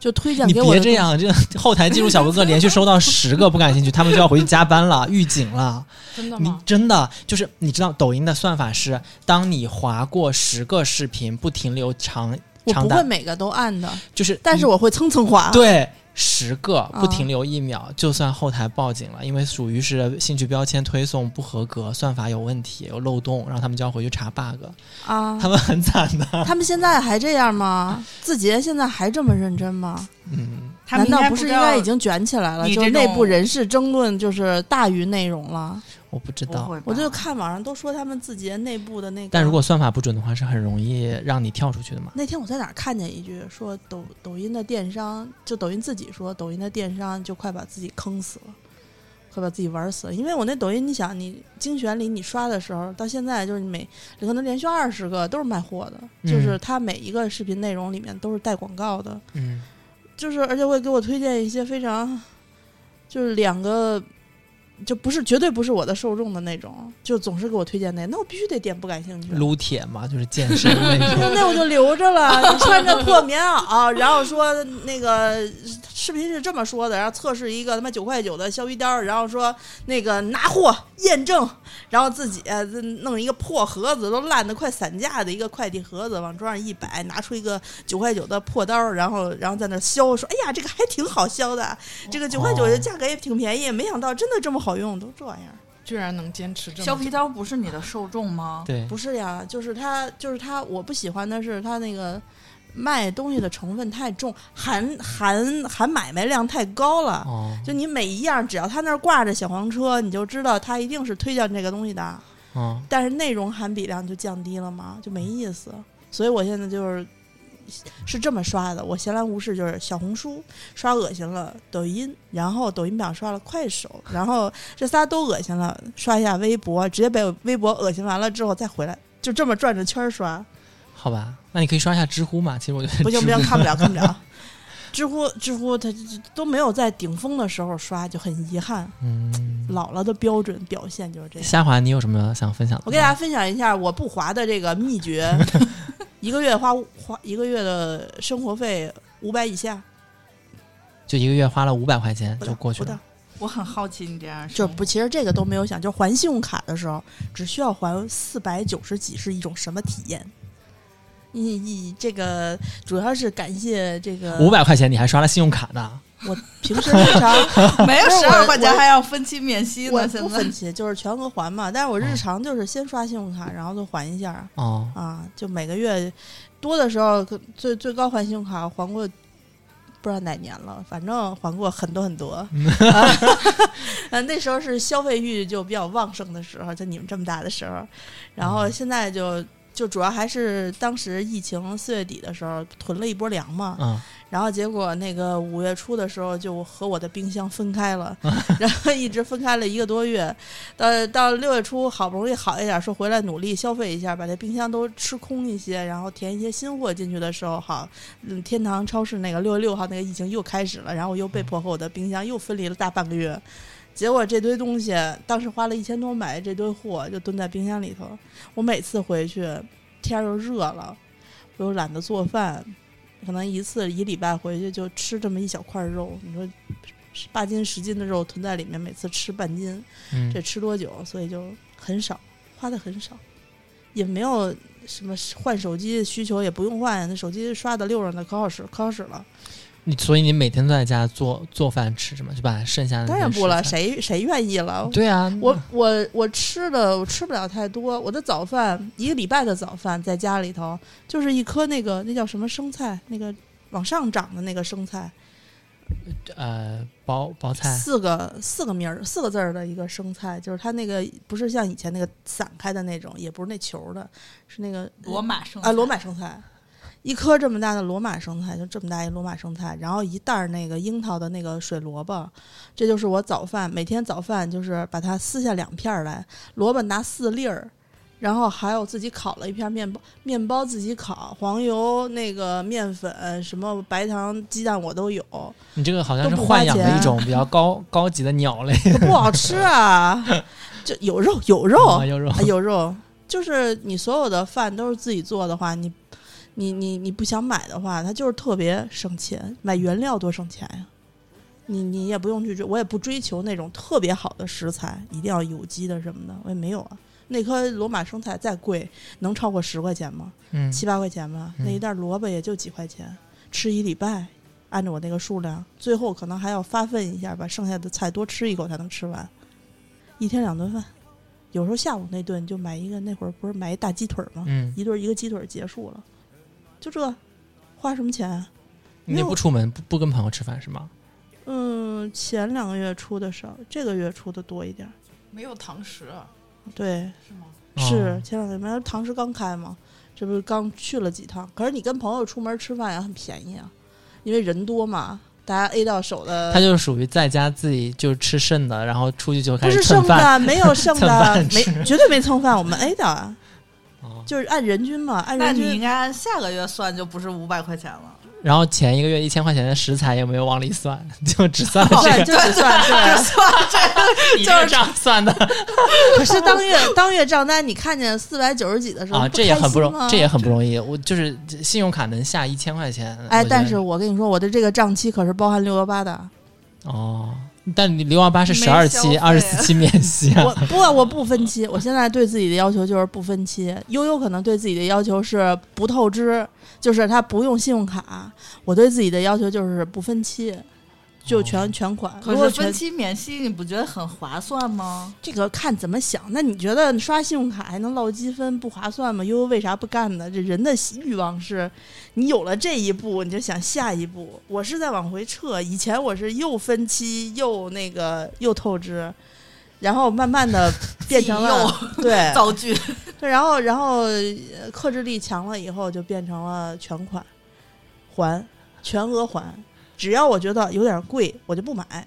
[SPEAKER 4] 就推荐
[SPEAKER 2] 你
[SPEAKER 4] 给我
[SPEAKER 2] 别
[SPEAKER 4] 的
[SPEAKER 2] 这
[SPEAKER 4] 东
[SPEAKER 2] 样，这后台技术小哥 哥连续收到十个不感兴趣，他们就要回去加班了，预警 了。
[SPEAKER 5] 真的
[SPEAKER 2] 你
[SPEAKER 5] 吗？
[SPEAKER 2] 真的就是你知道抖音的算法是，当你划过十个视频，不停留长
[SPEAKER 4] 西，我
[SPEAKER 2] 长
[SPEAKER 4] 不会
[SPEAKER 2] 达
[SPEAKER 4] 每个都按的，
[SPEAKER 2] 就是，
[SPEAKER 4] 但是我啊会蹭蹭滑。
[SPEAKER 2] 对。十个不停留一秒，就算后台报警了，因为属于是兴趣标签推送不合格，算法有问题有漏洞，然后他们就要回去查 bug，
[SPEAKER 4] 啊
[SPEAKER 2] 他，们很惨的。
[SPEAKER 4] 他们现在还这样吗？字节现在还这么认真吗？
[SPEAKER 2] 嗯，
[SPEAKER 3] 他
[SPEAKER 4] 难
[SPEAKER 3] 们应
[SPEAKER 4] 道
[SPEAKER 3] 该
[SPEAKER 4] 不
[SPEAKER 3] 不
[SPEAKER 4] 是
[SPEAKER 3] 知
[SPEAKER 4] 应
[SPEAKER 3] 道
[SPEAKER 4] 该已经卷起来了？
[SPEAKER 3] 你
[SPEAKER 4] 就是
[SPEAKER 3] 这
[SPEAKER 4] 内
[SPEAKER 3] 种
[SPEAKER 4] 部人士争论就是大于内容了。
[SPEAKER 2] 我不知
[SPEAKER 3] 不
[SPEAKER 2] 道。
[SPEAKER 3] 会吧？
[SPEAKER 4] 我就看网上都说他们字节内部的那个，
[SPEAKER 2] 但如果算法不准的话，是很容易让你跳出去的嘛。
[SPEAKER 4] 那天我在哪儿看见一句说抖抖音的电商，就抖音自己说抖音的电商就快把自己坑死了，快把自己玩死了。因为我那抖音，你想你精选里你刷的时候，到现在就是你每可能连续二十个都是卖货的，
[SPEAKER 2] 嗯
[SPEAKER 4] 就是它每一个视频内容里面都是带广告的，
[SPEAKER 2] 嗯，
[SPEAKER 4] 就是而且会给我推荐一些非常就是两个。就不是绝对不是我的受众的那种，就总是给我推荐那，那我必须得点不感兴趣。啊
[SPEAKER 2] 撸铁嘛，就是健身那 种。
[SPEAKER 4] 那我就留着了。你穿着破棉袄，然后说那个视频是这么说的，然后测试一个他妈九块九的削鱼刀，然后说那个拿货验证，然后自己呃弄一个破盒子，都烂的快散架的一个快递盒子，往桌上一摆，拿出一个九块九的破刀，然后然后在那削，说哎呀这个还挺好削的，啊这个九块九的价格也挺便宜，没想到真的这么好用，都这样。
[SPEAKER 5] 居然能坚持这么久
[SPEAKER 3] 削皮刀不是你的受众吗？
[SPEAKER 2] 对，
[SPEAKER 4] 不是呀，就是它，就是它，我不喜欢的是它那个卖东西的成分太重，含含含买卖量太高了。
[SPEAKER 2] 哦，
[SPEAKER 4] 就你每一样，只要它那儿挂着小黄车，你就知道它一定是推荐这个东西的。
[SPEAKER 2] 哦，
[SPEAKER 4] 但是内容含比量就降低了嘛，就没意思。所以我现在就是是这么刷的，我闲来无事就是小红书刷恶心了，抖音，然后抖音榜刷了快手，然后这仨都恶心了，刷一下微博，直接被微博恶心完了之后再回来。就这么转着圈儿刷，
[SPEAKER 2] 好吧，那你可以刷一下知乎嘛。其实我 觉得嗯
[SPEAKER 4] 不行不
[SPEAKER 2] 知乎
[SPEAKER 4] 行，看不了看不了。知乎知乎，它这都没有在顶峰的时候刷，就很遗憾。
[SPEAKER 2] 嗯，
[SPEAKER 4] 老了的标准表现就是这样。
[SPEAKER 2] 虾滑，你有什么想分享的吗？
[SPEAKER 4] 我给大家分享一下我不滑的这个 秘诀：一个月花五花一个月的生活费五百以下，
[SPEAKER 2] 就一个月花了五百块钱
[SPEAKER 4] 不
[SPEAKER 2] 就
[SPEAKER 4] 到
[SPEAKER 2] 过去
[SPEAKER 4] 不
[SPEAKER 2] 了
[SPEAKER 4] 到。
[SPEAKER 3] 我很好奇你这样
[SPEAKER 4] 就
[SPEAKER 3] 说，
[SPEAKER 4] 不，其实这个都没有想，就还信用卡的时候，只需要还四百九十几是一种什么体验？你你这个主要是感谢这个
[SPEAKER 2] 五，百块钱你还刷了信用卡呢？
[SPEAKER 4] 我平时日 常
[SPEAKER 3] 没有
[SPEAKER 4] 不是
[SPEAKER 3] 十
[SPEAKER 4] 我
[SPEAKER 3] 二块钱
[SPEAKER 4] 我
[SPEAKER 3] 还要分期免息
[SPEAKER 4] 我
[SPEAKER 3] 呢。现
[SPEAKER 4] 不
[SPEAKER 3] 在
[SPEAKER 4] 分期，就是全额还嘛，但是我日
[SPEAKER 2] 嗯
[SPEAKER 4] 常就是先刷信用卡，然后就还一下
[SPEAKER 2] 哦，
[SPEAKER 4] 啊啊，就每个月多的时候可最最高还信用卡还过。不知道哪年了，反正还过很多很多。 啊呃，那时候是消费欲就比较旺盛的时候，就你们这么大的时候，然后现在就就主要还是当时疫情四月底的时候囤了一波粮嘛，
[SPEAKER 2] 嗯，
[SPEAKER 4] 然后结果那个五月初的时候就和我的冰箱分开了，然后一直分开了一个多月，到到六月初好不容易好一点，说回来努力消费一下，把这冰箱都吃空一些，然后填一些新货进去的时候，好，嗯，天堂超市那个六月六号那个疫情又开始了，然后我又被迫和我的冰箱又分离了大半个月。结果这堆东西，当时花了一千多买这堆货，就蹲在冰箱里头。我每次回去，天儿又热了，我又懒得做饭，可能一次一礼拜回去就吃这么一小块肉，你说十八斤十斤的肉囤在里面，每次吃半斤，
[SPEAKER 2] 嗯
[SPEAKER 4] 这吃多久？所以就很少，花的很少，也没有什么换手机的需求，也不用换，那手机刷的溜着呢，可好使可好使了。
[SPEAKER 2] 你嗯所以你每天都在家做做饭吃什么，就把剩下的
[SPEAKER 4] 当然
[SPEAKER 2] 那些
[SPEAKER 4] 不了，
[SPEAKER 2] 食材
[SPEAKER 4] 谁谁愿意了？
[SPEAKER 2] 嗯对啊，
[SPEAKER 4] 我我我吃的我吃不了太多，我的早饭一个礼拜的早饭在家里头就是一颗那个那叫什么生菜，那个往上长的那个生菜，
[SPEAKER 2] 呃包包菜，
[SPEAKER 4] 四个四个名儿四个字儿的一个生菜，就是它那个不是像以前那个散开的那种，也不是那球儿的，是那个
[SPEAKER 3] 罗马生
[SPEAKER 4] 啊，罗马生菜，一颗这么大的罗马生菜，就这么大一罗马生菜，然后一袋儿那个樱桃的那个水萝卜，这就是我早饭，每天早饭就是把它撕下两片儿来，萝卜拿四粒儿。然后还有自己烤了一片面包，面包自己烤，黄油、那个面粉、什么白糖、鸡蛋我都有，
[SPEAKER 2] 你这个好像
[SPEAKER 4] 都
[SPEAKER 2] 是
[SPEAKER 4] 不花
[SPEAKER 2] 豢养的
[SPEAKER 4] 钱
[SPEAKER 2] 一种比较高 高级的鸟类，
[SPEAKER 4] 可 不好吃啊！就有肉，有肉，
[SPEAKER 2] 啊有肉
[SPEAKER 4] 啊，有肉，就是你所有的饭都是自己做的话，你你你你不想买的话，它就是特别省钱。买原料多省钱呀、你你也不用去追，我也不追求那种特别好的食材，一定要有机的什么的，我也没有啊。那颗罗马生菜再贵，能超过十块钱吗？
[SPEAKER 2] 嗯，
[SPEAKER 4] 七八块钱吧，
[SPEAKER 2] 嗯
[SPEAKER 4] 那一袋萝卜也就几块钱，吃一礼拜，按照我那个数量，最后可能还要发奋一下，把剩下的菜多吃一口才能吃完，一天两顿饭，有时候下午那顿就买一个，那会儿不是买一大鸡腿儿吗？
[SPEAKER 2] 嗯，
[SPEAKER 4] 一顿一个鸡腿儿结束了，就这，花什么钱啊、
[SPEAKER 2] 你也不出门不不跟朋友吃饭是吗？
[SPEAKER 4] 嗯，前两个月出的少，这个月出的多一点儿，
[SPEAKER 5] 没有堂食
[SPEAKER 4] 对，
[SPEAKER 5] 是吗？
[SPEAKER 2] 哦
[SPEAKER 4] 是前两天，堂食刚开嘛，这不是刚去了几趟？可是你跟朋友出门吃饭也很便宜啊，因为人多嘛，大家 A 到手的。
[SPEAKER 2] 他就是属于在家自己就吃剩的，然后出去就
[SPEAKER 4] 不
[SPEAKER 2] 开
[SPEAKER 4] 是
[SPEAKER 2] 始
[SPEAKER 4] 剩
[SPEAKER 2] 蹭饭。
[SPEAKER 4] 的，啊没有剩
[SPEAKER 2] 蹭
[SPEAKER 4] 的
[SPEAKER 2] 饭，
[SPEAKER 4] 没
[SPEAKER 2] 吃
[SPEAKER 4] 绝对没蹭饭，我们 A 的啊，
[SPEAKER 2] 哦
[SPEAKER 4] 就是按人均嘛，按
[SPEAKER 3] 那
[SPEAKER 4] 人
[SPEAKER 3] 你应
[SPEAKER 4] 均
[SPEAKER 3] 该按下个月算，就不是五百块钱了。
[SPEAKER 2] 然后前一个月一千块钱的食材也没有往里算，就只算了这
[SPEAKER 4] 对，
[SPEAKER 2] 个，
[SPEAKER 4] 哦就只 算对。啊
[SPEAKER 2] 你这个账算的
[SPEAKER 4] 可是当月当月账单，你看见四百九十几的时候，
[SPEAKER 2] 啊，
[SPEAKER 4] 不
[SPEAKER 2] 这也
[SPEAKER 4] 开
[SPEAKER 2] 很不
[SPEAKER 4] 心
[SPEAKER 2] 容
[SPEAKER 4] 吗，
[SPEAKER 2] 这也很不容易。我就是信用卡能下一千块钱，我
[SPEAKER 4] 哎，
[SPEAKER 2] 觉
[SPEAKER 4] 但
[SPEAKER 2] 得
[SPEAKER 4] 是我跟你说，我的这个账期可是包含六幺八的，啊
[SPEAKER 2] 哦，但你六幺八是
[SPEAKER 5] 没
[SPEAKER 2] 十二
[SPEAKER 5] 消
[SPEAKER 2] 期、
[SPEAKER 5] 费
[SPEAKER 2] 二十四期免息啊
[SPEAKER 4] 啊 我，不，我不分期。我现在对自己的要求就是不分期。悠悠可能对自己的要求是不透支，就是他不用信用卡。我对自己的要求就是不分期，就全、全款。
[SPEAKER 3] 可
[SPEAKER 4] 如果
[SPEAKER 3] 是分
[SPEAKER 4] 全
[SPEAKER 3] 期免息，你不觉得很划算吗？
[SPEAKER 4] 这个看怎么想。那你觉得你刷信用卡还能落积分不划算吗？悠悠为啥不干呢？这人的欲望是，你有了这一步，你就想下一步。我是在往回撤，以前我是又分期又那个又透支，然后慢慢 的变成了对
[SPEAKER 3] 造句，
[SPEAKER 4] 对，然后然后呃克制力强了以后，就变成了全款还，全额还。只要我觉得有点贵，我就不买。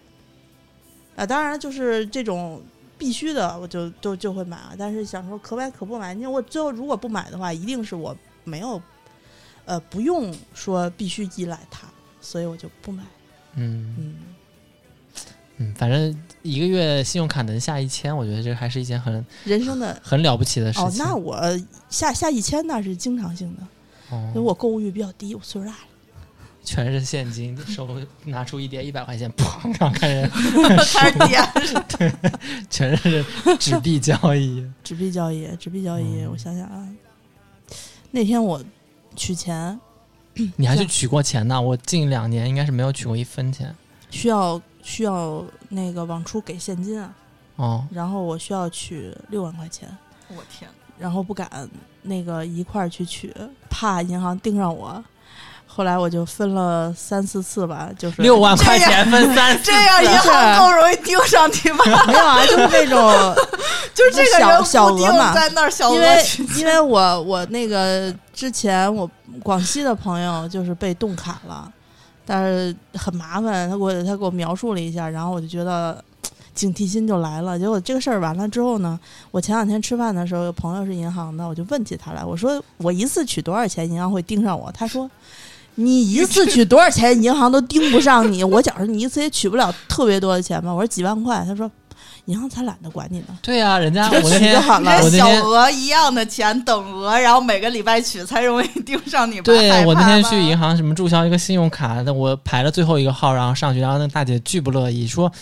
[SPEAKER 4] 啊，当然就是这种必须的，我就就就会买啊。但是想说可买可不买，你我最后如果不买的话，一定是我没有，呃，不用说必须依赖它，所以我就不买。
[SPEAKER 2] 嗯
[SPEAKER 4] 嗯，
[SPEAKER 2] 嗯，反正一个月信用卡能下一千，我觉得这还是一件很
[SPEAKER 4] 人生的
[SPEAKER 2] 很了不起的事
[SPEAKER 4] 哦，
[SPEAKER 2] 情。
[SPEAKER 4] 那我下下一千那是经常性的，
[SPEAKER 2] 哦
[SPEAKER 4] 因为我购物欲比较低，我岁数大了。
[SPEAKER 2] 全是现金，手拿出一叠一百块钱，砰，然后开始
[SPEAKER 3] 开始点。
[SPEAKER 2] 全是纸币交易。
[SPEAKER 4] 纸币交易，纸币交易，
[SPEAKER 2] 嗯
[SPEAKER 4] 我想想啊，那天我取钱
[SPEAKER 2] 你还去取过钱呢？我近两年应该是没有取过一分钱。
[SPEAKER 4] 需要需要那个往出给现金啊，
[SPEAKER 2] 哦，
[SPEAKER 4] 然后我需要取六万块钱，
[SPEAKER 3] 我天，
[SPEAKER 4] 然后不敢那个一块儿去取，怕银行盯上我。后来我就分了三四次吧，就是
[SPEAKER 2] 六万块钱分三次，
[SPEAKER 3] 这样银
[SPEAKER 4] 啊
[SPEAKER 3] 行更容易盯上你吧？
[SPEAKER 4] 没有啊，就是那种，
[SPEAKER 3] 就是这个人
[SPEAKER 4] 小小
[SPEAKER 3] 固定
[SPEAKER 4] 额嘛
[SPEAKER 3] 在那儿小
[SPEAKER 4] 因
[SPEAKER 3] 额
[SPEAKER 4] 为
[SPEAKER 3] 去
[SPEAKER 4] 因为我我那个之前我广西的朋友就是被冻卡了，但是很麻烦，他给我他给我描述了一下，然后我就觉得。警惕心就来了。结果这个事儿完了之后呢，我前两天吃饭的时候，有朋友是银行的，我就问起他来，我说我一次取多少钱，银行会盯上我？他说你一次取多少钱，银行都盯不上你。我讲说你一次也取不了特别多的钱吧，我说几万块，他说银行才懒得管你呢。
[SPEAKER 2] 对呀、人家
[SPEAKER 4] 这
[SPEAKER 2] 我那
[SPEAKER 4] 取
[SPEAKER 2] 天
[SPEAKER 4] 就好了
[SPEAKER 2] 我那
[SPEAKER 3] 人家小
[SPEAKER 2] 天
[SPEAKER 3] 额一样的钱等额，然后每个礼拜取才容易盯上你吧。害
[SPEAKER 2] 对
[SPEAKER 3] 怕
[SPEAKER 2] 我那天
[SPEAKER 3] 吧
[SPEAKER 2] 去银行什么注销一个信用卡，那我排了最后一个号，然后上去，然后那大姐巨不乐意，说。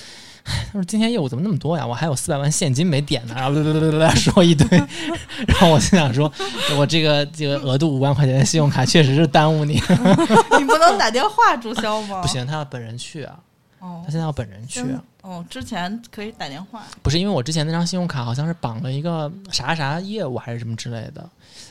[SPEAKER 2] 唉她说：“今天业务怎么那么多呀？我还有四百万现金没点呢。”然后 说一堆，然后我心想说：“我这个这个额度五万块钱的信用卡确实是耽误你，
[SPEAKER 3] 你不能打电话注销吗？
[SPEAKER 2] 不。行，他要本人去啊，
[SPEAKER 3] 哦
[SPEAKER 2] 他现在要本人去啊、
[SPEAKER 3] 真的哦，之前可以打电话。
[SPEAKER 2] 不是因为我之前那张信用卡好像是绑了一个啥啥业务还是什么之类的，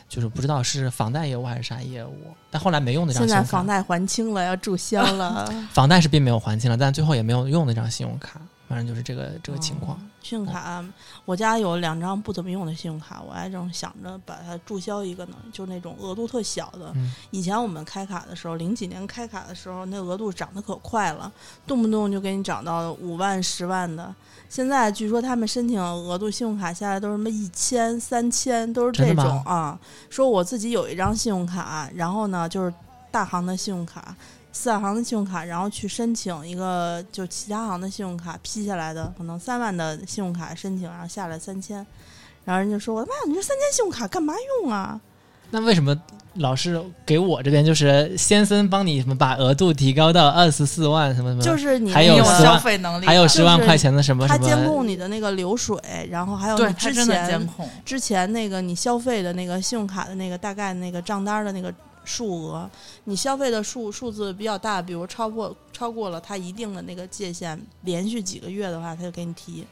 [SPEAKER 2] 就是不知道是房贷业务还是啥业务，但后来没用那张
[SPEAKER 4] 现
[SPEAKER 2] 信
[SPEAKER 4] 在
[SPEAKER 2] 用
[SPEAKER 4] 房
[SPEAKER 2] 卡。
[SPEAKER 4] 贷还清了，要注销 了。
[SPEAKER 2] 房贷是并没有还清了，但最后也没有用那张信用卡，反正就是这个这个情况。
[SPEAKER 4] 信用卡，我家有两张不怎么用的信用卡，我还正想着把它注销一个呢，就那种额度特小的。
[SPEAKER 2] 嗯
[SPEAKER 4] 以前我们开卡的时候，零几年开卡的时候，那额度涨得可快了，动不动就给你涨到五万、十万的。现在据说他们申请额度信用卡下来都是什么一千、三千，都是这
[SPEAKER 2] 真的
[SPEAKER 4] 种
[SPEAKER 2] 吗
[SPEAKER 4] 啊。说我自己有一张信用卡，然后呢就是大行的信用卡。四大行的信用卡，然后去申请一个就其他行的信用卡批下来的，可能三万的信用卡申请，然后下来三千，然后人家说：“我妈，你这三千信用卡干嘛用啊
[SPEAKER 2] 那为什么老是给我这边就是先生帮你什么把额度提高到二十四万什么什？”
[SPEAKER 3] 嗯
[SPEAKER 2] 么？
[SPEAKER 4] 就是你
[SPEAKER 2] 还
[SPEAKER 4] 那
[SPEAKER 2] 有
[SPEAKER 4] 个
[SPEAKER 2] 十万
[SPEAKER 3] 消费能力的，
[SPEAKER 2] 还有
[SPEAKER 4] 就是
[SPEAKER 2] 十万块钱的什么
[SPEAKER 4] 它
[SPEAKER 2] 什
[SPEAKER 4] 监
[SPEAKER 2] 么？
[SPEAKER 4] 控你的那个流水，然后还有
[SPEAKER 3] 对
[SPEAKER 4] 你嗯
[SPEAKER 3] 他
[SPEAKER 4] 之
[SPEAKER 3] 真的监
[SPEAKER 4] 前
[SPEAKER 3] 控，
[SPEAKER 4] 之前那个你消费的那个信用卡的那个大概那个账单的那个数额，你消费的数数字比较大，比如超过超过了它一定的那个界限，连续几个月的话，它就给你提。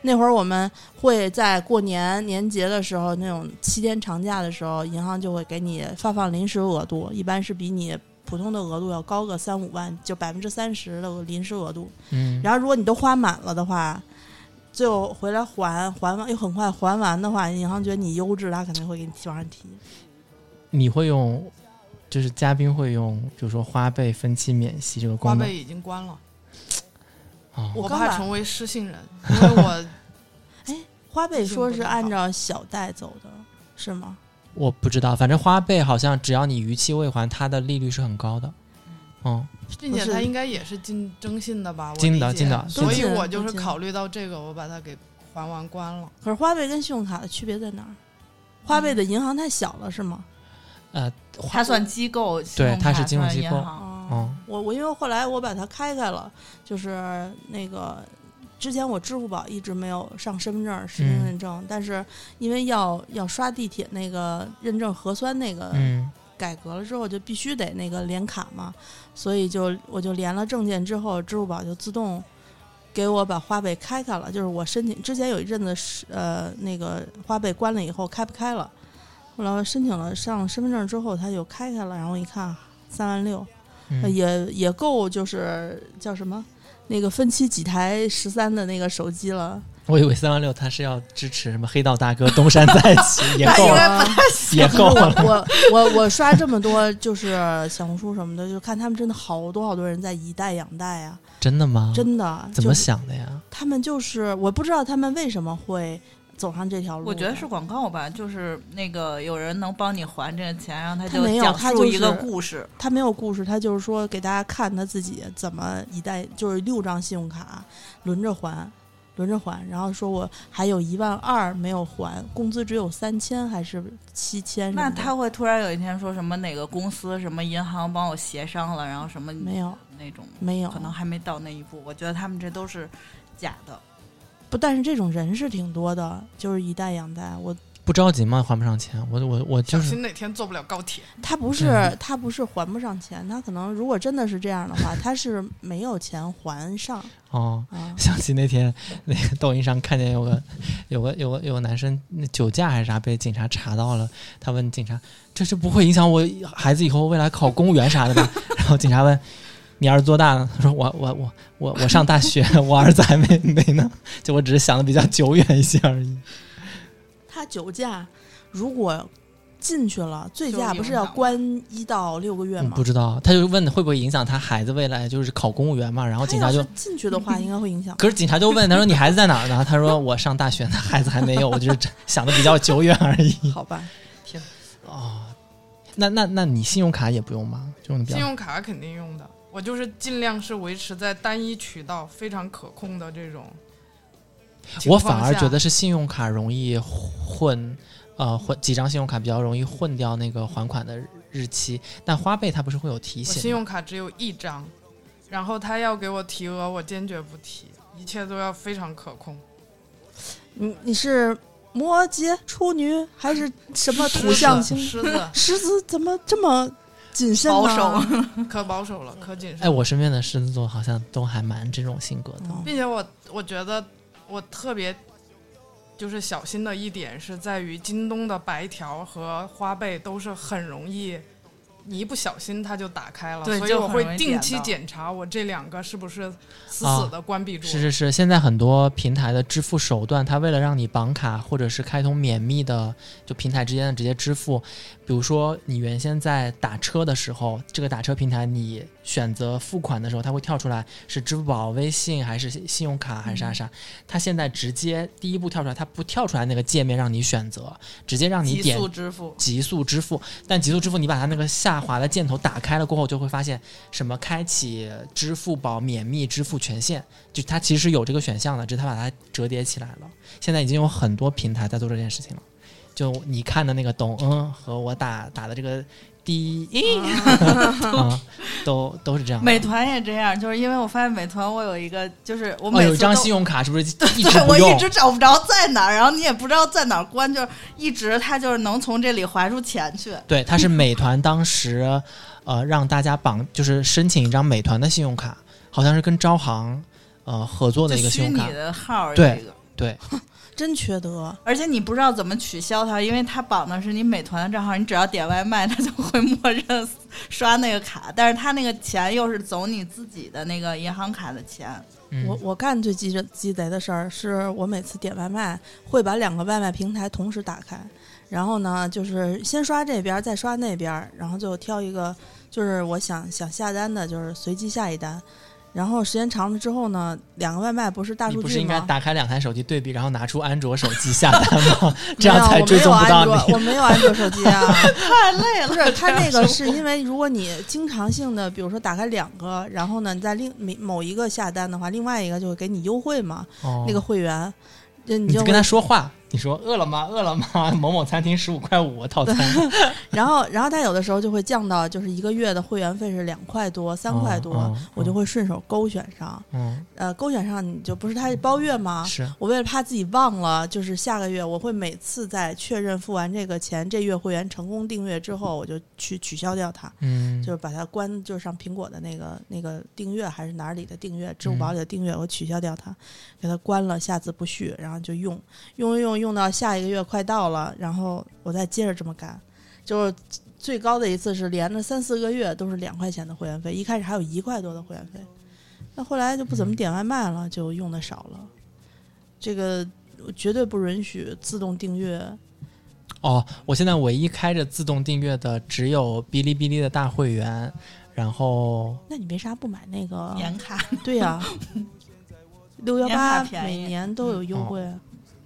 [SPEAKER 4] 那会儿我们会在过年年节的时候，那种七天长假的时候，银行就会给你发放临时额度，一般是比你普通的额度要高个三五万，就百分之三十的临时额度。
[SPEAKER 2] 嗯，
[SPEAKER 4] 然后如果你都花满了的话，最后回来还还完又很快还完的话，银行觉得你优质，他肯定会给你往上提。
[SPEAKER 2] 你会用，就是嘉宾会用，比如说花呗分期免息这个
[SPEAKER 5] 花
[SPEAKER 2] 功能
[SPEAKER 5] 呗已经关了，
[SPEAKER 2] 啊、
[SPEAKER 5] 我
[SPEAKER 4] 刚
[SPEAKER 5] 怕
[SPEAKER 4] 买
[SPEAKER 5] 成为失信人，因为我
[SPEAKER 4] 花呗说是按照小贷走的，是吗？
[SPEAKER 2] 我不知道，反正花呗好像只要你逾期未还，它的利率是很高的。嗯，
[SPEAKER 5] 并且
[SPEAKER 4] 不是
[SPEAKER 5] 它应该也是进征信的吧？我
[SPEAKER 2] 进的
[SPEAKER 5] 理解
[SPEAKER 2] 进的
[SPEAKER 5] 所
[SPEAKER 4] 进
[SPEAKER 5] 以
[SPEAKER 4] 的
[SPEAKER 5] 我就
[SPEAKER 4] 进
[SPEAKER 5] 是
[SPEAKER 4] 的
[SPEAKER 5] 考虑到这个，我把它给还完关了。
[SPEAKER 4] 可是花呗跟信用卡的区别在哪儿？花呗的银行太小了，是吗？
[SPEAKER 3] 他算机构，信用
[SPEAKER 2] 它是
[SPEAKER 3] 卡
[SPEAKER 2] 金融
[SPEAKER 3] 算
[SPEAKER 2] 机
[SPEAKER 3] 银
[SPEAKER 2] 构
[SPEAKER 3] 行
[SPEAKER 4] 哦，我我因为后来我把它开开了，就是那个之前我支付宝一直没有上身份证实名
[SPEAKER 2] 嗯
[SPEAKER 4] 认证，但是因为要要刷地铁那个认证核酸那个
[SPEAKER 2] 嗯，
[SPEAKER 4] 改革了之后就必须得那个连卡嘛，所以就我就连了证件之后，支付宝就自动给我把花呗开开了。就是我申请之前有一阵子是呃那个花呗关了以后开不开了，后来我申请了上身份证之后，它就开开了，然后一看三万六，
[SPEAKER 2] 嗯
[SPEAKER 4] 呃也也够就是叫什么那个分期几台十三的那个手机了，
[SPEAKER 2] 我以为三万六它是要支持什么黑道大哥东山再起， 也
[SPEAKER 3] 那
[SPEAKER 2] 够
[SPEAKER 3] 应该
[SPEAKER 2] 了，
[SPEAKER 3] 不太
[SPEAKER 2] 也 够了。
[SPEAKER 4] 我我我刷这么多，就是小红书什么的，就看他们真的好多好多人在以贷养贷啊，
[SPEAKER 2] 真的吗？
[SPEAKER 4] 真的。
[SPEAKER 2] 怎么
[SPEAKER 4] 就是
[SPEAKER 2] 想的呀？
[SPEAKER 4] 他们就是我不知道他们为什么会走上这条路的。
[SPEAKER 3] 我觉得是广告吧，就是那个有人能帮你还这个钱，然后
[SPEAKER 4] 他
[SPEAKER 3] 就
[SPEAKER 4] 没有
[SPEAKER 3] 讲
[SPEAKER 4] 他
[SPEAKER 3] 述
[SPEAKER 4] 就
[SPEAKER 3] 一个
[SPEAKER 4] 是
[SPEAKER 3] 故事。
[SPEAKER 4] 他没有故事，他就是说给大家看他自己怎么一代就是六张信用卡轮着还，轮着还，然后说我还有一万二没有还，工资只有三千还是七千什么
[SPEAKER 3] 那
[SPEAKER 4] 的？
[SPEAKER 3] 他会突然有一天说什么哪个公司什么银行帮我协商了，然后什么
[SPEAKER 4] 没有
[SPEAKER 3] 那种，
[SPEAKER 4] 没有
[SPEAKER 3] 可能还没到那一步。我觉得他们这都是假的。
[SPEAKER 4] 不，但是这种人是挺多的，就是以贷养贷，我
[SPEAKER 2] 不着急吗？还不上钱，我我我就
[SPEAKER 5] 小
[SPEAKER 2] 是
[SPEAKER 5] 心哪天坐不了高铁。
[SPEAKER 4] 他不是
[SPEAKER 2] 嗯
[SPEAKER 4] 他不是还不上钱，他可能如果真的是这样的话，他是没有钱还上
[SPEAKER 2] 哦。
[SPEAKER 4] 啊。
[SPEAKER 2] 想起那天那个抖音上看见有个有个有个有个男生那酒驾还是啥被警察查到了，他问警察：“这是不会影响我孩子以后未来考公务员啥的吧？” 然后警察问：“你儿子多大了？”他说：“我我我我我上大学，我儿子还没没呢。”就我只是想的比较久远一些而 已。
[SPEAKER 4] 他酒驾如果进去了，醉
[SPEAKER 5] 就
[SPEAKER 4] 驾
[SPEAKER 5] 影
[SPEAKER 4] 不是要
[SPEAKER 5] 响了
[SPEAKER 4] 关一到六个月
[SPEAKER 2] 嗯
[SPEAKER 4] 吗？
[SPEAKER 2] 不知道，他就问会不会影响他孩子未来就是考公务员嘛？然后
[SPEAKER 4] 他
[SPEAKER 2] 警察
[SPEAKER 4] 要
[SPEAKER 2] 就是
[SPEAKER 4] 进去的话，应该会影 响。
[SPEAKER 2] 可是警察就问他说：“你孩子在哪儿呢？”他说：“我上大学呢，孩子还没有，我就是想的比较久远而已。
[SPEAKER 4] 好吧，”
[SPEAKER 2] 哦，那那那你信用卡也不用吗？这种比
[SPEAKER 5] 信
[SPEAKER 2] 较
[SPEAKER 5] 用卡肯定用的，我就是尽量是维持在单一渠道非常可控的这种情
[SPEAKER 2] 我
[SPEAKER 5] 况下。
[SPEAKER 2] 反而觉得是信用卡容易混，呃，混几张信用卡比较容易混掉那个还款的日期。但花呗它不是会有提
[SPEAKER 5] 我
[SPEAKER 2] 醒？
[SPEAKER 5] 信用卡只有一张，然后他要给我提额，我坚决不提，一切都要非常可控。
[SPEAKER 4] 你你是摩羯、处女还是什么土象星？
[SPEAKER 5] 狮子
[SPEAKER 4] 狮子怎么这么谨慎呢？
[SPEAKER 3] 保守
[SPEAKER 5] 可保守了，可谨慎。
[SPEAKER 2] 哎，我身边的狮子座好像都还蛮这种性格的。
[SPEAKER 4] 哦
[SPEAKER 5] 并且我我觉得我特别就是小心的一点是在于京东的白条和花呗都是很容易，你一不小心它就打开了，
[SPEAKER 3] 对
[SPEAKER 5] 所以
[SPEAKER 3] 就
[SPEAKER 5] 我
[SPEAKER 3] 很容
[SPEAKER 5] 会
[SPEAKER 3] 易
[SPEAKER 5] 定
[SPEAKER 3] 点
[SPEAKER 5] 期
[SPEAKER 3] 到
[SPEAKER 5] 检查我这两个是不是死
[SPEAKER 2] 啊
[SPEAKER 5] 死的关闭住了。
[SPEAKER 2] 是是是，现在很多平台的支付手段，它为了让你绑卡或者是开通免密的，就平台之间的直接支付，比如说你原先在打车的时候，这个打车平台你选择付款的时候，它会跳出来是支付宝、微信还是信用卡还是啥啥，它现在直接第一步跳出来，它不跳出来那个界面让你选择，直接让你
[SPEAKER 3] 极
[SPEAKER 2] 点
[SPEAKER 3] 速支付，
[SPEAKER 2] 极速支付，但极速支付你把它那个下滑的箭头打开了过后，就会发现什么开启支付宝免密支付权限，就它其实有这个选项的，只是它把它折叠起来了。现在已经有很多平台在做这件事情了。就你看的那个抖嗯和我打打的这个滴音 啊，都都是这样的。
[SPEAKER 3] 美团也这样，就是因为我发现美团我有一个，就是我
[SPEAKER 2] 哦，
[SPEAKER 3] 每
[SPEAKER 2] 有一
[SPEAKER 3] 次都、
[SPEAKER 2] 张 信用卡是不是一直
[SPEAKER 3] 对，
[SPEAKER 2] 不
[SPEAKER 3] 我一
[SPEAKER 2] 用？
[SPEAKER 3] 直找不着在哪儿，然后你也不知道在哪儿关，就是一直它就是能从这里划出钱去。
[SPEAKER 2] 对，它是美团当时，呃，让大家绑就是申请一张美团的信用卡，好像是跟招行呃合作
[SPEAKER 3] 就
[SPEAKER 2] 的一个信
[SPEAKER 3] 虚
[SPEAKER 2] 用
[SPEAKER 3] 拟
[SPEAKER 2] 卡。
[SPEAKER 3] 的号儿有
[SPEAKER 2] 对
[SPEAKER 3] 一个，
[SPEAKER 2] 对，
[SPEAKER 4] 真缺德！
[SPEAKER 3] 而且你不知道怎么取消它，因为它绑的是你美团的账号，你只要点外卖，它就会默认刷那个卡，但是它那个钱又是走你自己的那个银行卡的钱，
[SPEAKER 2] 嗯、
[SPEAKER 4] 我我干最鸡贼鸡贼的事儿，是我每次点外卖会把两个外卖平台同时打开，然后呢，就是先刷这边儿，再刷那边儿，然后就挑一个就是我想想下单的，就是随机下一单。然后时间长了之后呢，两个外卖不是大
[SPEAKER 2] 你
[SPEAKER 4] 数
[SPEAKER 2] 不是
[SPEAKER 4] 据
[SPEAKER 2] 应该
[SPEAKER 4] 吗？
[SPEAKER 2] 打开两台手机对比，然后拿出安卓手机下单吗？
[SPEAKER 4] 没
[SPEAKER 2] 这样
[SPEAKER 4] 有
[SPEAKER 2] 才
[SPEAKER 4] 我
[SPEAKER 2] 追
[SPEAKER 4] 没有
[SPEAKER 2] 踪不
[SPEAKER 4] 安
[SPEAKER 2] 到
[SPEAKER 4] 卓
[SPEAKER 2] 你。
[SPEAKER 4] 我没有安卓手机 啊。
[SPEAKER 3] 太累了。
[SPEAKER 4] 不是，它那个是因为如果你经常性的，比如说打开两个，然后呢，你在另某某一个下单的话，另外一个就会给你优惠嘛，
[SPEAKER 2] 哦
[SPEAKER 4] 那个会员，就你
[SPEAKER 2] 你
[SPEAKER 4] 就
[SPEAKER 2] 就跟
[SPEAKER 4] 会
[SPEAKER 2] 他说话，你说饿了吗？饿了吗？某某餐厅十五块 五套餐。
[SPEAKER 4] 然后然后它有的时候就会降到就是一个月的会员费是两块多、三块多，
[SPEAKER 2] 哦哦
[SPEAKER 4] 我就会顺手勾选上，
[SPEAKER 2] 嗯，
[SPEAKER 4] 呃，勾选上你就不是它是包月吗？
[SPEAKER 2] 是
[SPEAKER 4] 我为了怕自己忘了，就是下个月我会每次在确认付完这个钱，这月会员成功订阅之后，我就去取消掉它。
[SPEAKER 2] 嗯，
[SPEAKER 4] 就是把它关，就是上苹果的那个那个订阅还是哪里的订阅，支付宝
[SPEAKER 2] 嗯
[SPEAKER 4] 里的订阅，我取消掉它，给它关了，下次不续，然后就用用用用用到下一个月快到了，然后我再接着这么干，就是最高的一次是连着三四个月都是两块钱的会员费，一开始还有一块多的会员费，那后来就不怎
[SPEAKER 2] 嗯
[SPEAKER 4] 么点外卖了，就用的少了，这个绝对不允许自动订阅。
[SPEAKER 2] 哦，我现在唯一开着自动订阅的只有哔哩哔哩的大会员，然后
[SPEAKER 4] 那你为啥不买那个
[SPEAKER 3] 年卡
[SPEAKER 4] 对呀、 六幺
[SPEAKER 3] 年卡
[SPEAKER 4] 八
[SPEAKER 3] 便宜
[SPEAKER 4] 每年都有优惠，
[SPEAKER 2] 嗯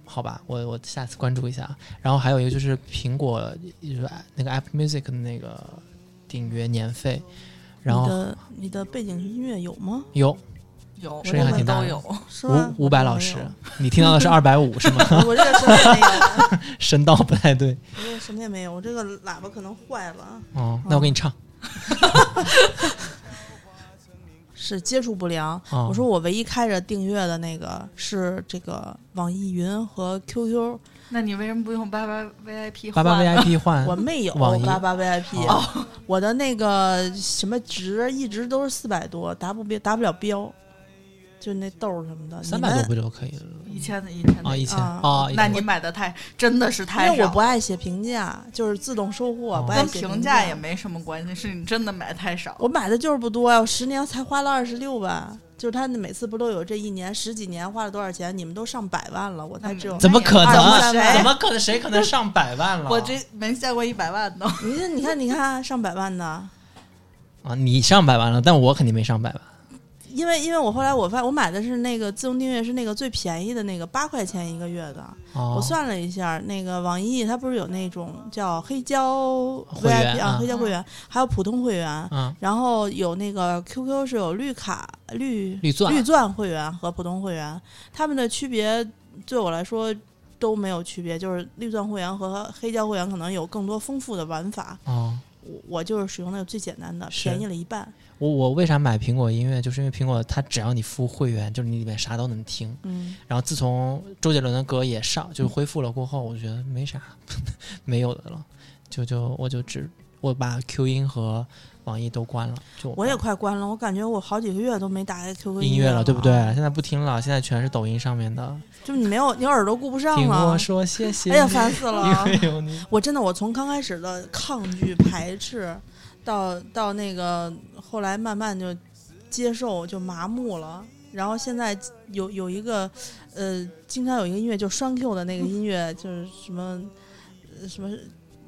[SPEAKER 2] 好吧，我我下次关注一下。啊然后还有一个就是苹果就是哎那个 Apple Music 的那个订阅年费，然
[SPEAKER 4] 你
[SPEAKER 2] 后
[SPEAKER 4] 的你的背景音乐有吗？
[SPEAKER 2] 有
[SPEAKER 3] 有，
[SPEAKER 2] 声音还挺大
[SPEAKER 3] 都
[SPEAKER 2] 的
[SPEAKER 3] 有。
[SPEAKER 4] 是吧？
[SPEAKER 2] 五五百老师，你听 到的是二百五是吗？
[SPEAKER 4] 啊我我这个什么也 没有，
[SPEAKER 2] 声道不太对
[SPEAKER 4] 我这个什么也没有，我这个喇哦叭可能坏了。
[SPEAKER 2] 哦。那我给你唱，
[SPEAKER 4] 是接触不良。
[SPEAKER 2] 哦
[SPEAKER 4] 我说我唯一开着订阅的那个是这个网易云和 QQ，
[SPEAKER 3] 那你为什么不用八八 VIP
[SPEAKER 2] 八八
[SPEAKER 3] 换呢
[SPEAKER 2] VIP 换
[SPEAKER 4] 我没有
[SPEAKER 2] 嗯网易
[SPEAKER 4] 八八 VIP，、
[SPEAKER 2] 哦
[SPEAKER 4] 我的那个什么值一直都是四百多，达不标达不了标，就那豆儿什么的，
[SPEAKER 2] 三百多
[SPEAKER 4] 你
[SPEAKER 2] 不
[SPEAKER 4] 们
[SPEAKER 2] 就可以了？
[SPEAKER 3] 一千的一千的
[SPEAKER 2] 啊，一千
[SPEAKER 4] 啊
[SPEAKER 2] 啊，
[SPEAKER 3] 那
[SPEAKER 2] 1000
[SPEAKER 3] 你买的太真的是太
[SPEAKER 4] 因为
[SPEAKER 3] 少，
[SPEAKER 4] 我不爱写评价，就是自动收获，
[SPEAKER 2] 哦
[SPEAKER 4] 不爱
[SPEAKER 3] 跟
[SPEAKER 4] 写
[SPEAKER 3] 评价
[SPEAKER 4] 价
[SPEAKER 3] 也没什么关系，是你真的买太少。
[SPEAKER 4] 我买的就是不多呀，我十年才花了二十六万，就是他每次不都有这一年十几年花了多少钱？你们都上百万了，我才只有
[SPEAKER 3] 那。
[SPEAKER 2] 怎么可能？
[SPEAKER 4] 23万
[SPEAKER 2] 怎么可能？谁可能上百万了？
[SPEAKER 3] 我这没下过一百万呢，
[SPEAKER 4] 你看，你看，你看，上百万的，
[SPEAKER 2] 啊，你上百万了，但我肯定没上百万。
[SPEAKER 4] 因为因为我后来我发我买的是那个自动订阅是那个最便宜的那个八块钱一个月的，
[SPEAKER 2] 哦，
[SPEAKER 4] 我算了一下，那个网易它不是有那种叫黑胶
[SPEAKER 2] 会员
[SPEAKER 4] VIP 啊
[SPEAKER 2] 啊，
[SPEAKER 4] 黑胶
[SPEAKER 3] 嗯
[SPEAKER 4] 会员，还有普通会员，
[SPEAKER 2] 嗯，
[SPEAKER 4] 然后有那个 QQ 是有绿卡、绿
[SPEAKER 2] 绿钻
[SPEAKER 4] 绿钻会员和普通会员，他们的区别对我来说都没有区别，就是绿钻会员和黑胶会员可能有更多丰富的玩法。
[SPEAKER 2] 哦，
[SPEAKER 4] 我我就是使用那个最简单的，
[SPEAKER 2] 是
[SPEAKER 4] 便宜了一半。
[SPEAKER 2] 我我为啥买苹果音乐？就是因为苹果它只要你付会员，就是你里面啥都能听。
[SPEAKER 4] 嗯，
[SPEAKER 2] 然后自从周杰伦的歌也上，就是恢复了过后，我觉得没啥 没有的了，就就我就只我把 Q 音和网易都关了，就
[SPEAKER 4] 我也快关了，我感觉我好几个月都没打开 QQ
[SPEAKER 2] 音
[SPEAKER 4] 乐
[SPEAKER 2] 乐了，对不对
[SPEAKER 4] 啊？？
[SPEAKER 2] 现在不听了，现在全是抖音上面的。
[SPEAKER 4] 就你没有，你耳朵顾不上
[SPEAKER 2] 听
[SPEAKER 4] 了
[SPEAKER 2] 我。说 谢谢你，
[SPEAKER 4] 哎呀，烦死
[SPEAKER 2] 因
[SPEAKER 4] 了！
[SPEAKER 2] 为有你。
[SPEAKER 4] 我真的，我从刚开始的抗拒、排斥，到到那个后来慢慢就接受，就麻木了。然后现在有有一个，呃，经常有一个音乐，就双 Q 的那个音乐，就是什么呃什么，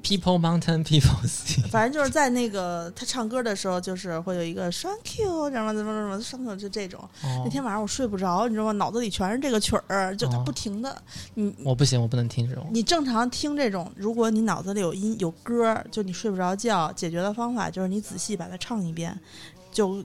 [SPEAKER 2] People mountain, people sea。
[SPEAKER 4] 反正就是在那个他唱歌的时候，就是会有一个双 Q，然后怎么怎么双 Q 就这种。
[SPEAKER 2] 哦
[SPEAKER 4] 那天晚上我睡不着，你知道吗？脑子里全是这个曲儿，就它不停的，你
[SPEAKER 2] 哦我不行，我不能听这种。
[SPEAKER 4] 你正常听这种，如果你脑子里有音有歌儿，就你睡不着觉，解决的方法就是你仔细把它唱一遍，就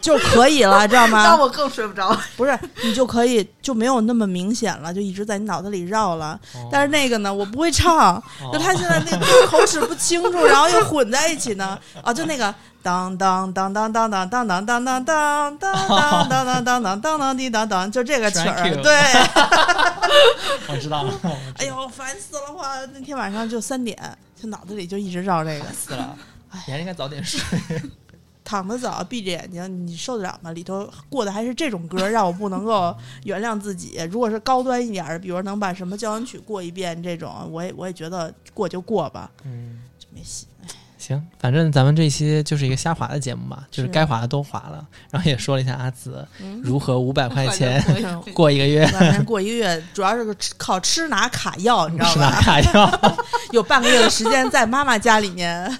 [SPEAKER 4] 就可以了，知道
[SPEAKER 3] 那
[SPEAKER 4] 吗？
[SPEAKER 3] 我更睡不着。
[SPEAKER 4] 不是，你就可以就没有那么明显了，就一直在你脑子里绕了。但是那个呢，我不会唱，
[SPEAKER 2] 哦
[SPEAKER 4] 就他现在那个口齿不清楚，然后又混在一起呢。啊，就那个当当当当当当当当当当当当当当当当当当当滴当当，就这个曲儿
[SPEAKER 2] Thank，you
[SPEAKER 4] 对。
[SPEAKER 2] 我知道了， 我
[SPEAKER 4] 哎呦，烦死了！我那天晚上就三点，就脑子里就一直 绕这个，
[SPEAKER 2] 死了。你还是应该早点睡。
[SPEAKER 4] 躺得早，闭着眼睛，你受得了吗？里头过的还是这种歌，让我不能够 原谅自己。如果是高端一点儿，比如能把什么交响曲过一遍这种，我也我也觉得过就过吧，
[SPEAKER 2] 嗯，
[SPEAKER 4] 就没戏。
[SPEAKER 2] 行，反正咱们这一期就是一个瞎划的节目嘛，就是
[SPEAKER 4] 是
[SPEAKER 2] 该划的都划了，然后也说了一下阿紫
[SPEAKER 4] 嗯
[SPEAKER 2] 如何五 百块钱
[SPEAKER 4] 嗯
[SPEAKER 2] 过一个月
[SPEAKER 4] 反正过一个月，主要是个吃靠吃拿卡要，你 知道
[SPEAKER 2] 是拿
[SPEAKER 4] 吧？
[SPEAKER 2] 卡 要
[SPEAKER 4] 有半个月的时间在妈妈家里面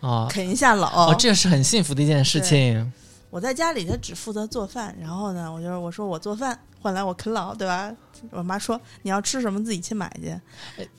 [SPEAKER 2] 哦
[SPEAKER 4] 啃一下老
[SPEAKER 2] 哦，，这是很幸福的一件事情。
[SPEAKER 4] 我在家里，他只负责做饭，然后呢，我就我说我做饭，换来我啃老，对吧？我妈说你要吃什么自己去买去。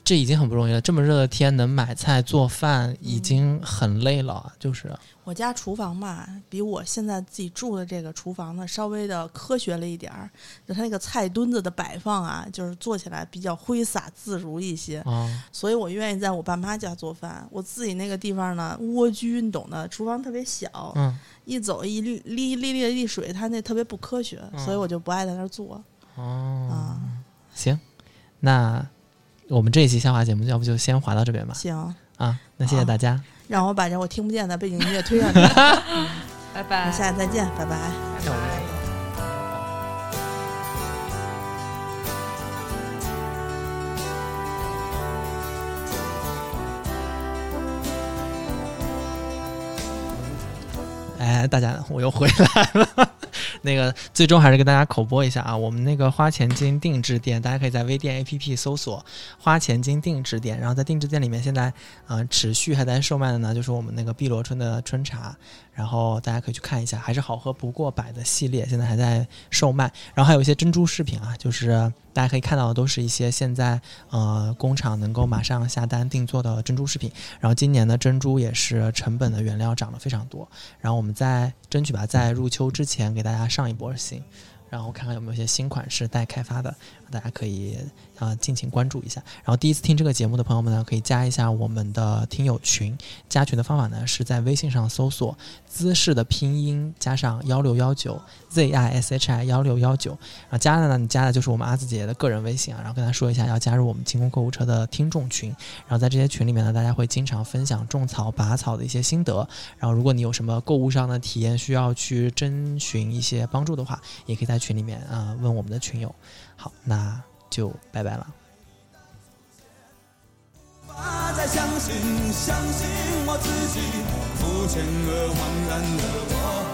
[SPEAKER 2] 这已经很不容易了，这么热的天能买菜做饭
[SPEAKER 4] 嗯
[SPEAKER 2] 已经很累了，啊就是
[SPEAKER 4] 我家厨房吧，比我现在自己住的这个厨房呢，稍微的科学了一点儿，就它那个菜墩子的摆放啊，就是做起来比较挥洒自如一些，
[SPEAKER 2] 哦，
[SPEAKER 4] 所以我愿意在我爸妈家做饭。我自己那个地方呢，蜗居，你懂的，厨房特别小，
[SPEAKER 2] 嗯，
[SPEAKER 4] 一走一沥沥沥沥沥水，它那特别不科学，所以我就不爱在那儿做
[SPEAKER 2] 哦，
[SPEAKER 4] 啊。
[SPEAKER 2] 行，那我们这一期下滑节目，要不就先滑到这边吧。
[SPEAKER 4] 行。
[SPEAKER 2] 啊，那谢谢大家。
[SPEAKER 4] 让我把这我听不见的背景音乐推上去。
[SPEAKER 3] 拜
[SPEAKER 4] 我
[SPEAKER 3] 拜
[SPEAKER 4] 们，下次再见，拜拜。
[SPEAKER 3] 拜
[SPEAKER 2] 下午再
[SPEAKER 3] 拜
[SPEAKER 2] 见。哎，大家，我又回来了。 那个，最终还是跟大家口播一下啊，我们那个花钱精定制店，大家可以在微店 APP 搜索“花钱精定制店”，然后在定制店里面，现在嗯、呃持续还在售卖的呢，就是我们那个碧螺春的春茶，然后大家可以去看一下，还是好喝不过百的系列，现在还在售卖。然后还有一些珍珠饰品啊，就是大家可以看到的都是一些现在呃工厂能够马上下单定做的珍珠饰品。然后今年的珍珠也是成本的原料涨了非常多，然后我们在争取吧，在入秋之前给大家上一波新。然后看看有没有一些新款式待开发的，大家可以啊、呃敬请关注一下。然后第一次听这个节目的朋友们呢，可以加一下我们的听友群。加群的方法呢是在微信上搜索“姿势”的拼音加上幺六幺九 z i s h i 幺六幺九，然后加的呢，你加的就是我们阿紫姐的个人微信啊，然后跟她说一下要加入我们清空购物车的听众群。然后在这些群里面呢，大家会经常分享种草、拔草的一些心得。然后如果你有什么购物上的体验需要去征询一些帮助的话，也可以在群里面啊、呃问我们的群友。好，那就拜拜了。
[SPEAKER 6] 吧，再相信，相信我自己，肤浅而茫然的我，